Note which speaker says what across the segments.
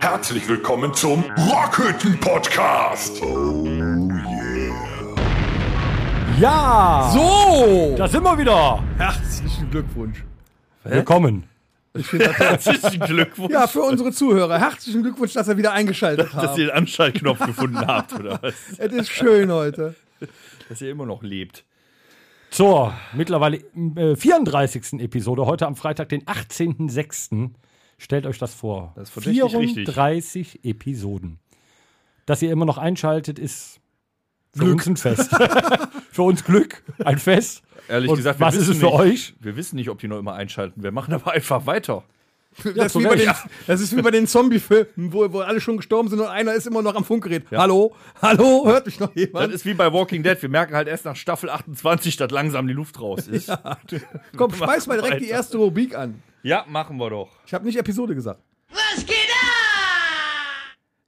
Speaker 1: Herzlich willkommen zum Rockhütten Podcast. Oh yeah.
Speaker 2: Ja!
Speaker 3: So!
Speaker 2: Da sind wir wieder!
Speaker 3: Herzlichen Glückwunsch.
Speaker 2: Willkommen!
Speaker 3: Herzlichen Glückwunsch,
Speaker 4: Ja, für unsere Zuhörer. Herzlichen Glückwunsch, dass ihr wieder eingeschaltet
Speaker 3: dass
Speaker 4: habt.
Speaker 3: ihr den Anschaltknopf gefunden habt, oder was?
Speaker 4: Es ist schön heute.
Speaker 3: Dass ihr immer noch lebt.
Speaker 2: Zur mittlerweile äh, 34. Episode, heute am Freitag, den 18.06. Stellt euch das vor.
Speaker 3: Das ist verdächtig richtig.
Speaker 2: 34 Episoden. Dass ihr immer noch einschaltet, ist für
Speaker 4: Glück.
Speaker 2: uns ein Fest. für uns Glück, ein Fest.
Speaker 3: Ehrlich
Speaker 2: Und
Speaker 3: gesagt,
Speaker 2: was ist es für
Speaker 3: nicht,
Speaker 2: euch?
Speaker 3: Wir wissen nicht, ob die noch immer einschalten. Wir machen aber einfach weiter.
Speaker 4: Das, ist
Speaker 2: zu
Speaker 4: wie bei
Speaker 2: Recht.
Speaker 4: den, das ist wie bei den Zombie-Filmen, wo, wo alle schon gestorben sind und einer ist immer noch am Funkgerät. Hallo? Hallo? Hört mich noch
Speaker 3: Das
Speaker 4: jemand?
Speaker 3: ist wie bei Walking Dead. Wir merken halt erst nach Staffel 28, dass langsam die Luft raus ist. Ja,
Speaker 4: Komm, schmeiß mal direkt die
Speaker 3: weiter.
Speaker 4: erste Rubrik an.
Speaker 3: machen wir doch.
Speaker 4: Ich habe nicht Episode gesagt.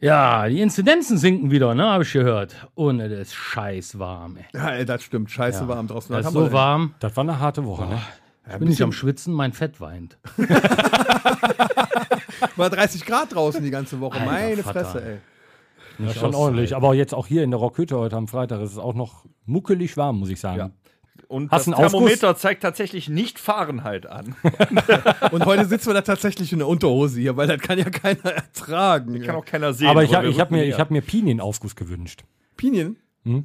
Speaker 5: Ja, die Inzidenzen sinken wieder, ne, habe ich gehört. Ohne das scheiß warm. ey.
Speaker 4: Ja, ey, das stimmt. Scheiße warm draußen. Was
Speaker 5: Das ist
Speaker 4: haben wir
Speaker 5: so
Speaker 4: denn?
Speaker 5: warm.
Speaker 2: Das war eine harte Woche, ne?
Speaker 3: Ah,
Speaker 5: Ich bin nicht am Schwitzen, mein Fett weint.
Speaker 4: War 30 Grad draußen die ganze Woche.
Speaker 5: Alter
Speaker 4: Meine
Speaker 5: Vater.
Speaker 4: Fresse, ey.
Speaker 2: Das ist schon
Speaker 5: aushalten.
Speaker 2: ordentlich. Aber jetzt auch hier in der Rockhütte heute am Freitag ist es auch noch muckelig warm, muss ich sagen.
Speaker 3: Ja. Und
Speaker 2: Hast
Speaker 3: das
Speaker 2: einen Ausguss?
Speaker 3: Thermometer zeigt tatsächlich nicht Fahrenheit an.
Speaker 4: Und heute sitzen wir da tatsächlich in der Unterhose hier, weil das kann ja keiner ertragen.
Speaker 3: Kann
Speaker 4: Ja.
Speaker 3: auch keiner sehen.
Speaker 2: Aber ich,
Speaker 3: weil
Speaker 2: hab-
Speaker 3: wir
Speaker 2: ich habe
Speaker 3: rücken
Speaker 2: mir,
Speaker 3: näher.
Speaker 2: ich hab mir Pinienaufguss gewünscht.
Speaker 4: Pinien?
Speaker 3: Nee,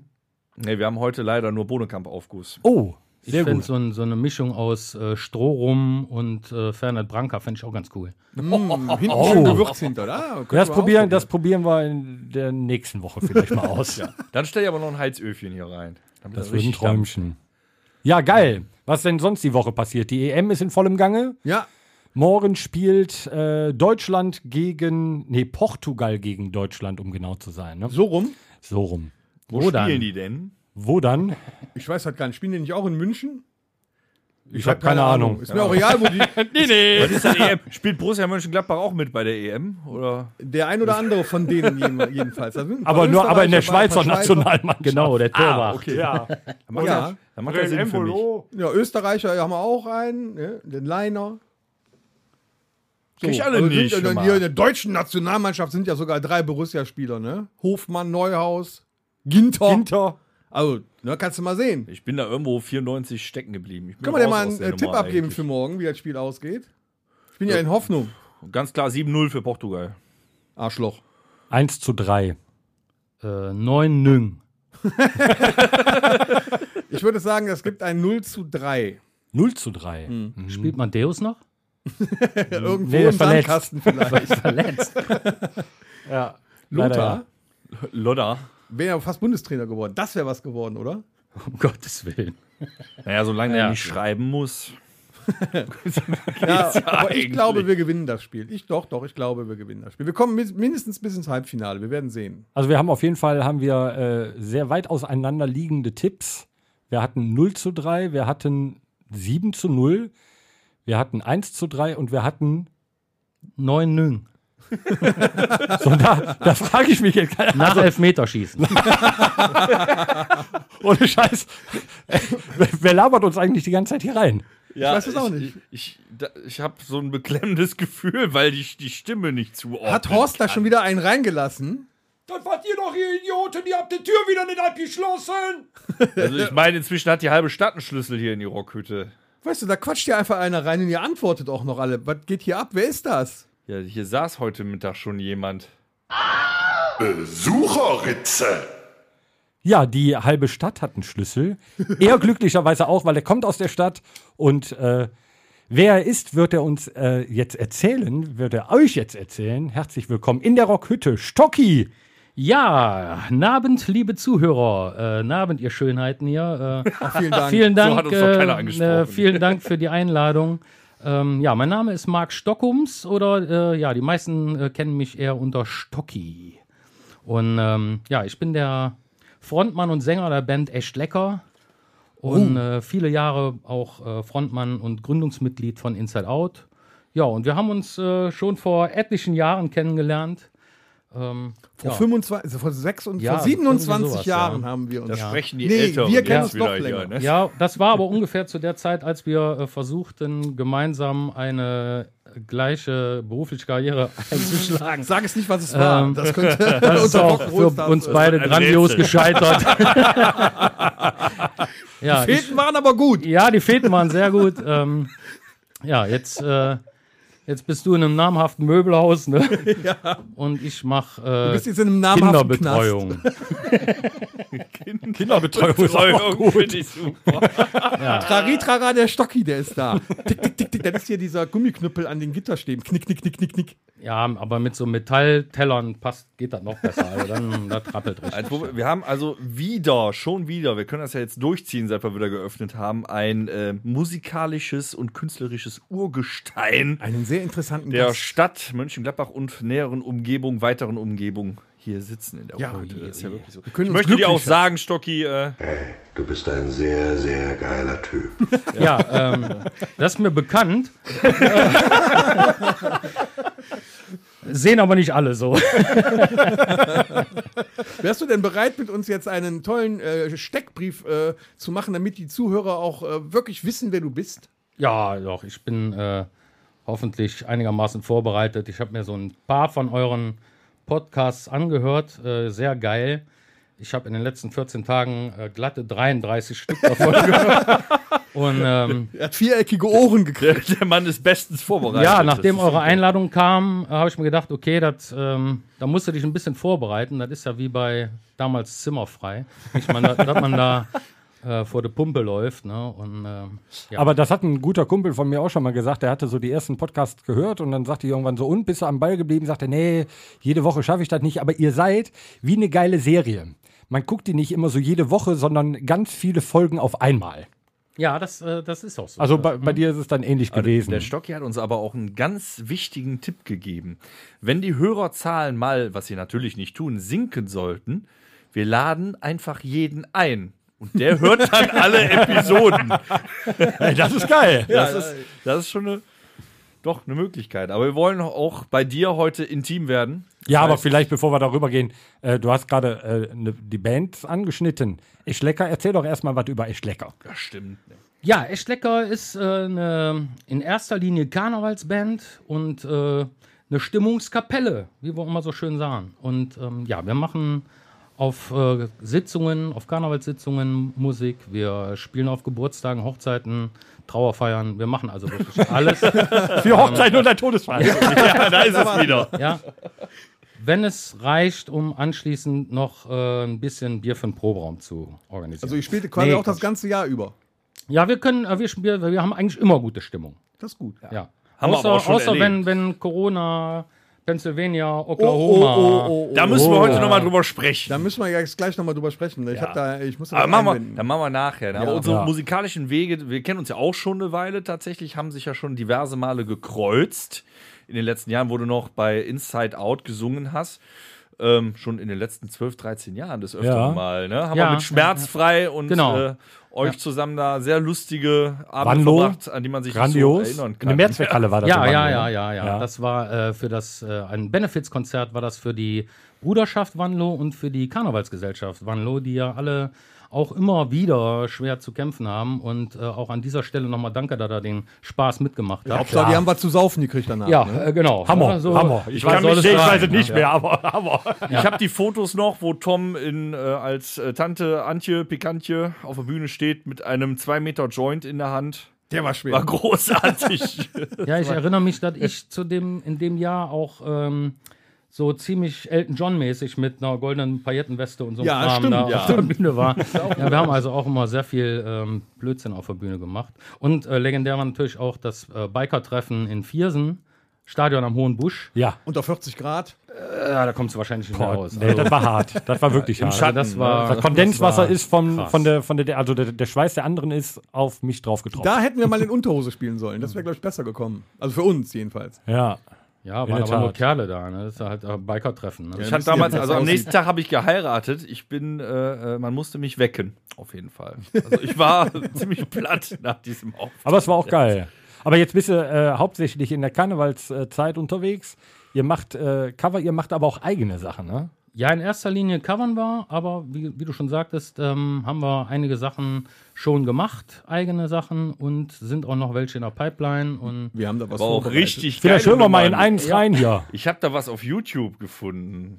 Speaker 3: wir haben heute leider nur Bohnenkamp-Aufguss.
Speaker 2: Oh,
Speaker 5: Ich
Speaker 2: sehr
Speaker 5: finde
Speaker 2: gut.
Speaker 5: so, ein, so eine Mischung aus äh, Strohrum und äh, Fernet Branca, fände ich auch ganz cool.
Speaker 4: Hm, hinten schön Gewürz hinter. Ah, können
Speaker 2: Das
Speaker 4: wir
Speaker 2: probieren, das probieren wir in der nächsten Woche vielleicht mal aus.
Speaker 3: Dann stell dir aber noch ein Heizöfchen hier rein. damit
Speaker 2: Das wird ein
Speaker 3: richtig dampft.
Speaker 2: Träumchen. Ja, geil. Was denn sonst die Woche passiert? Die EM ist in vollem Gange.
Speaker 4: Ja,
Speaker 2: Morgen spielt äh, Deutschland gegen, nee, Portugal gegen Deutschland, um genau zu sein. Ne?
Speaker 4: so rum.
Speaker 2: So rum.
Speaker 3: Wo,
Speaker 5: Wo
Speaker 3: spielen
Speaker 5: dann?
Speaker 3: die denn?
Speaker 2: Wo dann?
Speaker 4: Ich weiß halt gar nicht. Spielen die nicht auch in München?
Speaker 2: Ich, hab habe keine, Ahnung.
Speaker 4: Ist mir auch egal, wo die.
Speaker 3: Was ist denn EM? Spielt Borussia Mönchengladbach auch mit bei der EM? Oder?
Speaker 4: Der ein oder andere von denen jeden- jedenfalls. Da sind ein paar
Speaker 2: Aber nur, aber in der
Speaker 4: Österreicher
Speaker 2: Schweizer
Speaker 4: dabei, ein paar
Speaker 2: Nationalmannschaft. Ah,
Speaker 5: Genau, der Torbach.
Speaker 2: Ja.
Speaker 3: Dann macht,
Speaker 4: Ja.
Speaker 3: das, dann macht das Sinn für mich.
Speaker 4: Ja, Österreicher haben wir auch einen, ne? den Leiner. So,
Speaker 3: Krieg ich alle
Speaker 4: also Sind,
Speaker 3: nicht,
Speaker 4: ja
Speaker 3: hör
Speaker 4: dann
Speaker 3: mal.
Speaker 4: hier in der deutschen Nationalmannschaft sind ja sogar drei Borussia-Spieler, ne? Hofmann, Neuhaus, Ginter.
Speaker 2: Hinter.
Speaker 4: Also, ne, kannst du mal sehen.
Speaker 3: Ich bin da irgendwo 94 stecken geblieben. Ich bin
Speaker 4: Können wir dir
Speaker 3: raus
Speaker 4: mal
Speaker 3: aus
Speaker 4: einen
Speaker 3: der
Speaker 4: äh, Tipp
Speaker 3: Nummer
Speaker 4: abgeben
Speaker 3: eigentlich.
Speaker 4: für morgen, wie das Spiel ausgeht? Ich bin ja in Hoffnung,
Speaker 3: Und Ganz klar 7-0 für Portugal.
Speaker 4: Arschloch.
Speaker 2: 1 zu 3.
Speaker 5: Äh, neun Nüng.
Speaker 4: Ich würde sagen, es gibt ein 0 zu 3.
Speaker 2: 0 zu 3.
Speaker 5: Spielt man Deus noch?
Speaker 4: Irgendwo
Speaker 2: Nee,
Speaker 4: im
Speaker 2: verletzt.
Speaker 4: Sandkasten vielleicht.
Speaker 5: Verletzt.
Speaker 2: Ja.
Speaker 4: Lothar,
Speaker 2: Leider ja.
Speaker 3: Lodder.
Speaker 4: wäre ja fast Bundestrainer geworden. Das wäre was geworden, oder?
Speaker 5: um Gottes Willen.
Speaker 3: Naja, solange er
Speaker 5: Ja.
Speaker 3: nicht schreiben muss.
Speaker 4: Ja, aber ich
Speaker 3: eigentlich?
Speaker 4: glaube, wir gewinnen das Spiel. Ich doch, doch, ich glaube, wir gewinnen das Spiel. Wir kommen mit, mindestens bis ins Halbfinale. Wir werden sehen.
Speaker 2: Also wir haben auf jeden Fall haben wir äh, sehr weit auseinander liegende Tipps. Wir hatten 0 zu 3, wir hatten 7 zu 0, wir hatten 1 zu 3 und wir hatten.
Speaker 5: Neun Nüng.
Speaker 2: So, da, da frage ich mich jetzt keine
Speaker 5: Nach Elfmeterschießen.
Speaker 2: Ohne Scheiß. Wer- Wer labert uns eigentlich die ganze Zeit hier rein?
Speaker 3: Ja,
Speaker 4: weiß es auch nicht.
Speaker 3: Ich, ich, da- ich habe so ein beklemmendes Gefühl, weil ich die Stimme nicht zuordne.
Speaker 4: Hat Horst da schon wieder einen reingelassen?
Speaker 2: Dann wart ihr doch, ihr Idioten, ihr habt die Tür wieder nicht abgeschlossen.
Speaker 3: Also ich meine, inzwischen hat die halbe Stadt einen Schlüssel hier in die Rockhütte.
Speaker 4: Weißt du, da quatscht ja einfach einer rein und ihr antwortet auch noch alle. Was geht hier ab? Wer ist das?
Speaker 3: Ja, hier saß heute Mittag schon jemand.
Speaker 1: Besucherritze.
Speaker 2: Ja, die halbe Stadt hat einen Schlüssel. Er glücklicherweise auch, weil er kommt aus der Stadt. Und äh, wer er ist, wird er uns äh, jetzt erzählen, wird er euch jetzt erzählen. Herzlich willkommen in der Rockhütte, Stocki.
Speaker 5: Ja, Nabend, liebe Zuhörer. Äh, Nabend, ihr Schönheiten hier. Äh,
Speaker 4: Vielen Dank.
Speaker 5: Vielen Dank. äh,
Speaker 3: So hat uns doch keiner angesprochen.
Speaker 5: vielen Dank für die Einladung. Ähm, ja, mein Name ist Marc Stockums oder äh, ja, die meisten äh, kennen mich eher unter Stocki. Und ähm, ja, ich bin der Frontmann und Sänger der Band Echt Lecker und
Speaker 3: Oh.
Speaker 5: äh, viele Jahre auch äh, Frontmann und Gründungsmitglied von Inside Out. Ja, und wir haben uns äh, schon vor etlichen Jahren kennengelernt Ähm,
Speaker 4: Vor
Speaker 5: ja.
Speaker 4: 25, also vor 26,
Speaker 5: Ja,
Speaker 4: vor 27
Speaker 5: irgendwie sowas,
Speaker 4: Jahren
Speaker 5: ja.
Speaker 4: haben wir uns.
Speaker 3: Da sprechen die
Speaker 4: Nee,
Speaker 3: Älteren
Speaker 4: wir kennen
Speaker 3: jetzt
Speaker 4: es noch
Speaker 3: wieder
Speaker 4: länger.
Speaker 3: hier. Ne?
Speaker 5: Ja, das war aber ungefähr zu der Zeit, als wir äh, versuchten, gemeinsam eine gleiche berufliche Karriere einzuschlagen.
Speaker 4: Sag es nicht, was es war.
Speaker 5: Ähm,
Speaker 4: das könnte
Speaker 5: Das ist
Speaker 4: unter
Speaker 5: auch
Speaker 4: Rock
Speaker 5: für
Speaker 4: Rollstars-
Speaker 5: uns beide
Speaker 3: ein
Speaker 5: grandios
Speaker 3: Rätsel.
Speaker 5: gescheitert. ja, ich,
Speaker 4: Fäden waren aber gut.
Speaker 5: ja, die Fäden waren sehr gut. Ähm, ja, jetzt, äh, jetzt bist du in einem namhaften Möbelhaus ne? und ich mache
Speaker 4: Bist
Speaker 5: äh,
Speaker 4: jetzt in einem namhaften Knast.
Speaker 5: Kinderbetreuung.
Speaker 2: Kinderbetreuung ist auch
Speaker 3: Betreuung
Speaker 2: gut.
Speaker 3: finde ich super.
Speaker 4: Traritrara, der Stocki, der ist da. Tick, tick, tick, tick. Dann ist hier dieser Gummiknüppel an den Gitterstäben. Knick, knick, knick, knick, knick.
Speaker 5: Ja, aber mit so Metalltellern passt, geht das noch besser. Also dann da trappelt richtig.
Speaker 3: Also, wo- wir haben also wieder, schon wieder, wir können das ja jetzt durchziehen, seit wir wieder geöffnet haben, ein äh, musikalisches und künstlerisches Urgestein
Speaker 4: Einen sehr interessanten
Speaker 3: der
Speaker 4: Gast.
Speaker 3: Stadt Mönchengladbach und näheren Umgebung, weiteren Umgebung hier sitzen in der
Speaker 4: Ja,
Speaker 3: Runde. Das ist ja wirklich so.
Speaker 4: Wir können
Speaker 3: Ich
Speaker 4: uns
Speaker 3: möchte dir auch
Speaker 4: glücklich
Speaker 3: sagen, Stocki, äh,
Speaker 6: Du bist ein sehr, sehr geiler Typ.
Speaker 5: Ja, ähm, das ist mir bekannt. Sehen aber nicht alle so.
Speaker 4: Wärst du denn bereit, mit uns jetzt einen tollen äh, Steckbrief äh, zu machen, damit die Zuhörer auch äh, wirklich wissen, wer du bist?
Speaker 5: Ja, doch, ich bin äh, hoffentlich einigermaßen vorbereitet. Ich habe mir so ein paar von euren Podcasts angehört. Äh, sehr geil. Ich habe in den letzten 14 Tagen äh, glatte 33 Stück davon gehört. Und ähm,
Speaker 4: Er hat viereckige Ohren gekriegt.
Speaker 3: der, der Mann ist bestens vorbereitet.
Speaker 5: Ja,
Speaker 3: Das
Speaker 5: nachdem
Speaker 3: ist-
Speaker 5: eure Einladung kam, äh, habe ich mir gedacht, okay, das, ähm, da musst du dich ein bisschen vorbereiten. Das ist ja wie bei damals Zimmerfrei. Ich meine, da- dass man da äh, vor der Pumpe läuft. Ne? Und, ähm, ja.
Speaker 2: Aber das hat ein guter Kumpel von mir auch schon mal gesagt. Der hatte so die ersten Podcasts gehört und dann sagte ich irgendwann so, und bist du am Ball geblieben? Sagte, nee, jede Woche schaffe ich das nicht. Aber ihr seid wie eine geile Serie. Man guckt die nicht immer so jede Woche, sondern ganz viele Folgen auf einmal.
Speaker 5: ja, das, äh, das ist auch so.
Speaker 2: Also bei, bei dir ist es dann ähnlich gewesen.
Speaker 3: Der Stocki hat uns aber auch einen ganz wichtigen Tipp gegeben. Wenn die Hörerzahlen mal, was sie natürlich nicht tun, sinken sollten, wir laden einfach jeden ein. Und der hört dann alle Episoden.
Speaker 2: das ist geil.
Speaker 3: Das ist, das ist schon eine, doch eine Möglichkeit. Aber wir wollen auch bei dir heute intim werden.
Speaker 2: Ja, aber vielleicht bevor wir darüber gehen, äh, du hast gerade äh, ne, die Band angeschnitten. Eschlecker, erzähl doch erstmal was über Eschlecker.
Speaker 3: Das stimmt.
Speaker 5: Ja, Echt Lecker ist äh, eine, in erster Linie Karnevalsband und äh, eine Stimmungskapelle, wie wir immer so schön sagen. Und ähm, ja, wir machen auf äh, Sitzungen, auf Karnevalssitzungen Musik, wir spielen auf Geburtstagen, Hochzeiten, Trauerfeiern, wir machen also wirklich alles.
Speaker 2: Für Hochzeit und ein Todesfall.
Speaker 3: Ja, da ist es wieder.
Speaker 5: ja. Wenn es reicht, um anschließend noch äh, ein bisschen Bier für den Proberaum zu organisieren.
Speaker 4: Also ich spielte quasi
Speaker 5: Nee,
Speaker 4: auch das ganze Jahr über.
Speaker 5: ja, wir können, äh, wir, spielen- wir haben eigentlich immer gute Stimmung.
Speaker 4: Das ist gut. Ja.
Speaker 5: Ja.
Speaker 3: Haben wir
Speaker 5: außer
Speaker 3: aber auch schon
Speaker 5: außer wenn,
Speaker 3: erlebt.
Speaker 5: wenn Corona, Pennsylvania, Oklahoma.
Speaker 4: oh,
Speaker 3: Da müssen wir heute nochmal drüber sprechen.
Speaker 4: Da müssen wir jetzt gleich nochmal drüber sprechen. Ich, hab da, ich muss da
Speaker 3: Aber
Speaker 4: was
Speaker 3: machen wir,
Speaker 4: einwenden.
Speaker 3: dann machen wir nachher. ne? Aber unsere
Speaker 2: Ja.
Speaker 3: musikalischen Wege, wir kennen uns ja auch schon eine Weile tatsächlich, haben sich ja schon diverse Male gekreuzt. In den letzten Jahren, wo du noch bei Inside Out gesungen hast. Ähm, schon in den letzten 12, 13 Jahren des öfteren
Speaker 2: Ja.
Speaker 3: Mal. Ne? Haben
Speaker 5: Ja.
Speaker 3: wir mit Schmerzfrei und
Speaker 5: Genau.
Speaker 3: äh, euch zusammen da sehr lustige Abende
Speaker 2: Wanlo.
Speaker 3: verbracht, an die man sich so
Speaker 2: Grandios.
Speaker 3: erinnern
Speaker 2: Eine
Speaker 3: kann.
Speaker 2: Mehrzweckhalle war das.
Speaker 5: Ja,
Speaker 2: im
Speaker 5: ja,
Speaker 2: Grunde,
Speaker 5: ja,
Speaker 2: ne?
Speaker 5: ja, ja,
Speaker 2: Ja.
Speaker 5: Das war äh, für das, äh, ein Benefizkonzert war das für die Bruderschaft Wanlo und für die Karnevalsgesellschaft Wanlo, die ja alle auch immer wieder schwer zu kämpfen haben. Und äh, auch an dieser Stelle nochmal danke, dass ihr den Spaß mitgemacht habt.
Speaker 4: Hauptsache, die haben was zu saufen gekriegt danach.
Speaker 5: Ja,
Speaker 4: ne?
Speaker 5: äh, genau.
Speaker 2: Hammer,
Speaker 5: Ja, so-
Speaker 2: Hammer. Ich,
Speaker 5: Was
Speaker 2: weiß,
Speaker 5: soll
Speaker 2: nicht,
Speaker 5: es
Speaker 2: ich
Speaker 5: sein,
Speaker 2: weiß es
Speaker 5: ne?
Speaker 2: nicht
Speaker 5: Ja.
Speaker 2: mehr, aber Hammer.
Speaker 3: Ich habe die Fotos noch, wo Tom in, äh, als äh, Tante Antje Pikantje auf der Bühne steht mit einem 2 Meter Joint in der Hand.
Speaker 4: Der war schwer.
Speaker 3: War großartig.
Speaker 5: Ja, ich erinnere mich, dass ich zu dem, in dem Jahr auch ähm, so ziemlich Elton John-mäßig mit einer goldenen Paillettenweste und so einem
Speaker 4: Ja,
Speaker 5: Kram
Speaker 4: stimmt,
Speaker 5: da
Speaker 4: ja.
Speaker 5: auf der Bühne war. ja, wir haben also auch immer sehr viel ähm, Blödsinn auf der Bühne gemacht. Und äh, legendär war natürlich auch das äh, Biker-Treffen in Viersen. Stadion am Hohen Busch.
Speaker 2: Ja,
Speaker 4: Unter 40 Grad.
Speaker 5: Ja, Äh, da kommst du wahrscheinlich nicht mehr raus.
Speaker 2: nee, das war hart. Das war wirklich hart.
Speaker 5: Schatten, ne? das war,
Speaker 2: das Kondenswasser
Speaker 5: das war
Speaker 2: ist von,
Speaker 5: krass.
Speaker 2: von der, von der, also der, der Schweiß der anderen ist auf mich drauf getroffen.
Speaker 4: Da hätten wir mal in Unterhose spielen sollen. Das wäre, glaube ich, besser gekommen. Also für uns jedenfalls.
Speaker 2: ja.
Speaker 5: Ja,
Speaker 2: der
Speaker 5: waren aber nur
Speaker 2: Tat.
Speaker 5: Kerle da. Ne? Das ist halt äh, Biker-Treffen. Ne?
Speaker 3: Ich hatte
Speaker 4: wisst ihr,
Speaker 3: damals,
Speaker 4: wie das
Speaker 3: also am
Speaker 4: aussieht.
Speaker 3: nächsten Tag habe ich geheiratet. Ich bin, äh, äh, man musste mich wecken, auf jeden Fall. Also ich war ziemlich platt nach diesem Auftritt.
Speaker 2: Aber es war auch geil. Aber jetzt bist du äh, hauptsächlich in der Karnevalszeit unterwegs. Ihr macht äh, Cover, ihr macht aber auch eigene Sachen, ne?
Speaker 5: Ja, in erster Linie covern wir, aber wie, wie du schon sagtest, ähm, haben wir einige Sachen schon gemacht, eigene Sachen und sind auch noch welche in der Pipeline. Und
Speaker 4: Wir haben da was
Speaker 3: War auch
Speaker 4: vorbereitet.
Speaker 3: richtig
Speaker 2: Vielleicht
Speaker 5: genau,
Speaker 2: hören wir mal in
Speaker 3: Nummern.
Speaker 2: einen rein hier.
Speaker 3: Ich habe da was auf YouTube gefunden.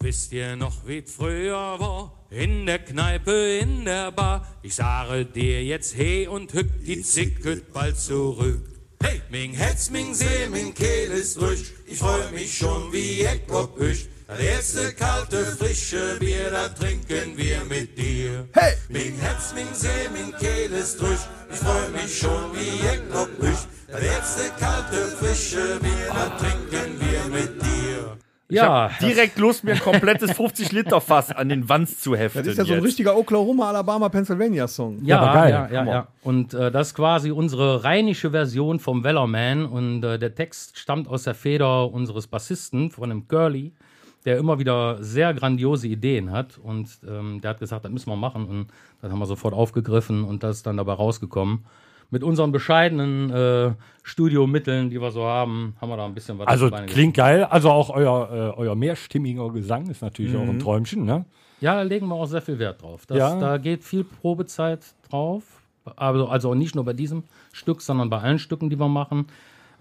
Speaker 7: Wisst ihr noch, wie früher war? In der Kneipe, in der Bar. Ich sage dir jetzt he und hück, die zicket bald zurück. Hey, Ming Hetz, Ming See, Ming Kehl ist ruhig. Ich freu mich schon wie Eck ob Hüsch. Das erste kalte, frische Bier, da trinken wir mit dir. Hey! Ming Hetz, Ming See, Ming Kehl ist ruhig. Ich freu mich schon wie Eck ob Hüsch. Das erste kalte, frische Bier, da trinken wir mit dir.
Speaker 5: ja,
Speaker 3: Direkt Lust, mir ein komplettes 50-Liter-Fass an den Wanz zu heften.
Speaker 4: Das ist ja so ein
Speaker 3: jetzt.
Speaker 4: richtiger Oklahoma, Alabama, Pennsylvania-Song.
Speaker 5: Ja,
Speaker 2: aber geil.
Speaker 5: ja, ja, ja. Und äh, das ist quasi unsere rheinische Version vom Wellerman. Und äh, der Text stammt aus der Feder unseres Bassisten, von einem Curly, der immer wieder sehr grandiose Ideen hat. Und ähm, der hat gesagt, das müssen wir machen. Und das haben wir sofort aufgegriffen und das ist dann dabei rausgekommen. Mit unseren bescheidenen äh, Studiomitteln, die wir so haben, haben wir da ein bisschen was
Speaker 2: Also
Speaker 5: auf die Beine
Speaker 2: klingt geil. Also auch euer, äh, euer mehrstimmiger Gesang ist
Speaker 5: Mhm.
Speaker 2: natürlich auch ein Träumchen, ne?
Speaker 5: Ja, da legen wir auch sehr viel Wert drauf. Das,
Speaker 2: Ja.
Speaker 5: Da geht viel Probezeit drauf. Also, also auch nicht nur bei diesem Stück, sondern bei allen Stücken, die wir machen,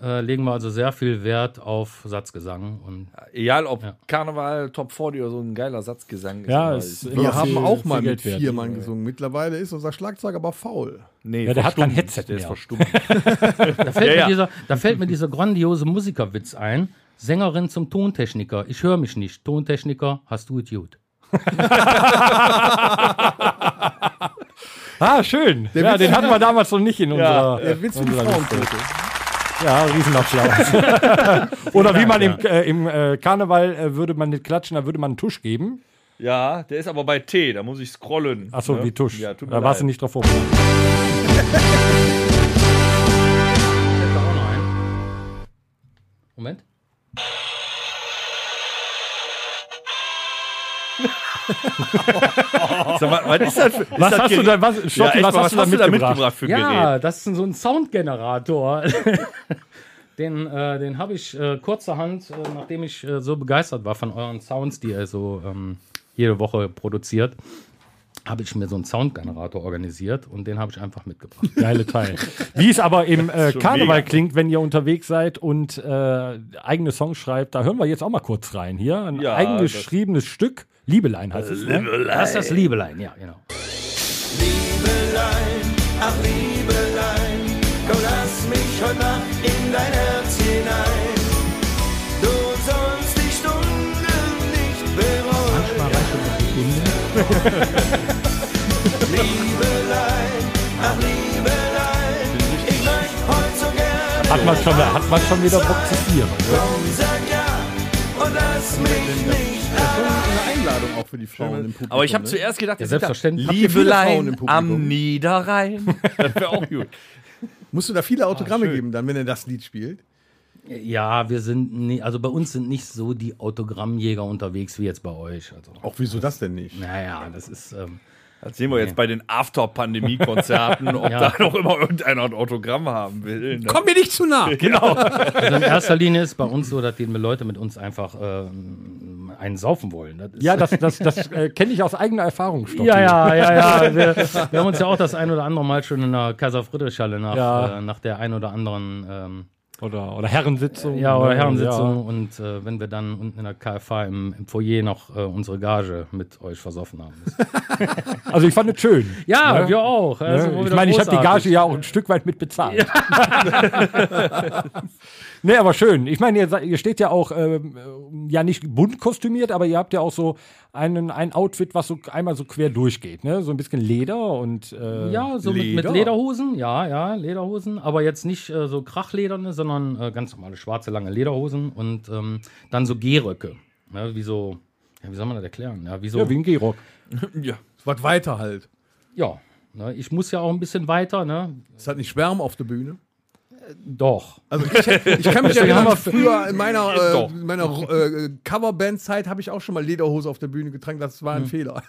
Speaker 5: äh, legen wir also sehr viel Wert auf Satzgesang. Und
Speaker 3: Egal ob Karneval, Top 40 oder so ein geiler Satzgesang ist.
Speaker 2: Ja,
Speaker 3: aber
Speaker 2: es
Speaker 3: ist-
Speaker 2: ist-
Speaker 4: Wir
Speaker 2: Ja,
Speaker 4: haben
Speaker 2: viel-
Speaker 4: auch
Speaker 2: viel
Speaker 4: mal mit
Speaker 2: Geld wert.
Speaker 4: vier Mann gesungen. Mittlerweile ist unser Schlagzeug aber faul.
Speaker 3: nee,
Speaker 2: Ja, der hat kein
Speaker 3: verstummt.
Speaker 2: Headset
Speaker 3: Der ist
Speaker 2: mehr.
Speaker 3: verstummt.
Speaker 5: da, fällt
Speaker 3: Ja, ja.
Speaker 5: Mir dieser, da fällt mir dieser grandiose Musikerwitz ein. Sängerin zum Tontechniker. Ich höre mich nicht. Tontechniker, hast du es gut.
Speaker 2: Ah, schön.
Speaker 4: Der
Speaker 2: ja,
Speaker 4: Witz-
Speaker 2: den hatten wir damals noch nicht in unserer.
Speaker 4: Der Witz mit
Speaker 2: unserer Liste.
Speaker 4: Frauenquote.
Speaker 2: Ja, Riesenapplaus. Oder wie man im, äh, im äh, Karneval äh, würde man nicht klatschen, da würde man einen Tusch geben.
Speaker 3: ja, der ist aber bei T, da muss ich scrollen.
Speaker 2: Achso,
Speaker 3: ne?
Speaker 2: wie Tusch.
Speaker 3: Ja, tut mir
Speaker 2: da warst du
Speaker 3: leid.
Speaker 2: nicht drauf vorbereitet.
Speaker 5: Fällt da auch noch ein. Moment.
Speaker 3: Sag mal, was ist das für, ist
Speaker 2: Was
Speaker 3: das
Speaker 2: hast du
Speaker 3: Gerät-
Speaker 2: da, was, Schocki,
Speaker 3: ja,
Speaker 2: was hast du da mitgebracht?
Speaker 3: für
Speaker 5: Ja,
Speaker 3: Gerät?
Speaker 5: das ist so ein Soundgenerator. den äh, den habe ich äh, kurzerhand, äh, nachdem ich äh, so begeistert war von euren Sounds, die ihr so ähm, jede Woche produziert, habe ich mir so einen Soundgenerator organisiert und den habe ich einfach mitgebracht.
Speaker 2: Geile Teil. Wie es aber im äh,
Speaker 3: schon
Speaker 2: Karneval
Speaker 3: mega.
Speaker 2: klingt, wenn ihr unterwegs seid und äh, eigene Songs schreibt, da hören wir jetzt auch mal kurz rein. Hier ein
Speaker 3: Ja,
Speaker 2: eigengeschriebenes Stück. Liebelein heißt es. Ne?
Speaker 5: Das ist das Liebelein, ja, genau.
Speaker 8: Liebelein, ach Liebelein, komm lass mich heute Nacht in dein Herz hinein. Du sollst die Stunden nicht bereuen. Liebelein, ach Liebelein, ich möchte heute so gerne
Speaker 2: Hat man schon, hat man schon wieder Bock zu vieren.
Speaker 8: komm, sag ja und lass mich nicht
Speaker 4: Das ist eine Einladung auch für die Frauen im Publikum.
Speaker 3: Aber ich habe
Speaker 4: ne?
Speaker 3: zuerst gedacht,
Speaker 5: Ja,
Speaker 3: das ist da-
Speaker 5: selbstverständlich. Habt
Speaker 4: ihr viele Frauen
Speaker 3: Liebelein
Speaker 4: im Publikum?
Speaker 3: am Niederrhein. Das wäre auch gut.
Speaker 4: Musst du da
Speaker 3: Ah,
Speaker 4: viele Autogramme geben, dann, wenn er das Lied spielt?
Speaker 5: Ja, wir sind, nie, also bei uns sind nicht so die Autogrammjäger unterwegs wie jetzt bei euch. Also,
Speaker 4: Auch wieso das denn nicht?
Speaker 5: naja, das ist. Ähm,
Speaker 3: Das sehen wir jetzt bei den After-Pandemie-Konzerten, ob
Speaker 5: Ja.
Speaker 3: da noch immer irgendeiner ein Autogramm haben will. Ne?
Speaker 4: Komm mir nicht zu nah!
Speaker 5: Also in erster Linie ist bei uns so, dass die Leute mit uns einfach ähm, einen saufen wollen. Das ist
Speaker 2: Ja, das, das, das äh, kenne ich aus eigener Erfahrung. Stoffi.
Speaker 5: ja, ja, ja, ja. Wir, wir haben uns ja auch das ein oder andere Mal schon in der Kaiser Friedrichshalle nach,
Speaker 2: Ja.
Speaker 5: äh, nach der ein oder anderen ähm,
Speaker 2: Oder, oder Herrensitzung.
Speaker 5: ja, oder
Speaker 2: Ne?
Speaker 5: Herrensitzung und äh, wenn wir dann unten in der KFA im, im Foyer noch äh, unsere Gage mit euch versoffen haben.
Speaker 2: Ja. Also ich fand es schön.
Speaker 5: Ja, wir auch. Also
Speaker 2: Ne?
Speaker 5: war
Speaker 2: Ich
Speaker 5: wieder
Speaker 2: meine, ich habe die
Speaker 5: großartig.
Speaker 2: Gage ja auch ein Stück weit mit bezahlt. nee, aber schön. Ich meine, ihr, se- ihr steht ja auch ähm, äh, ja nicht bunt kostümiert, aber ihr habt ja auch so einen, ein Outfit, was so einmal so quer durchgeht, ne? So ein bisschen Leder und äh,
Speaker 5: Ja, so Mit,
Speaker 4: Leder.
Speaker 5: mit Lederhosen, ja, ja, Lederhosen, aber jetzt nicht äh, so krachlederne, sondern äh, ganz normale schwarze, lange Lederhosen und ähm, dann so Gehröcke. Ne, wie so, ja, wie soll man das erklären? Ja, wie so,
Speaker 2: ja, wie ein Gehrock.
Speaker 4: Was weiter halt.
Speaker 5: ja, ne, ich muss ja auch ein bisschen weiter, ne?
Speaker 4: Ist halt nicht Schwärm auf der Bühne.
Speaker 5: Doch.
Speaker 4: Also ich, ich kann mich
Speaker 5: Deswegen
Speaker 4: erinnern,
Speaker 5: haben wir
Speaker 4: früher in meiner, äh,
Speaker 3: Doch.
Speaker 4: in meiner äh, Coverband-Zeit habe ich auch schon mal Lederhose auf der Bühne getragen. Das war ein
Speaker 3: Hm.
Speaker 4: Fehler.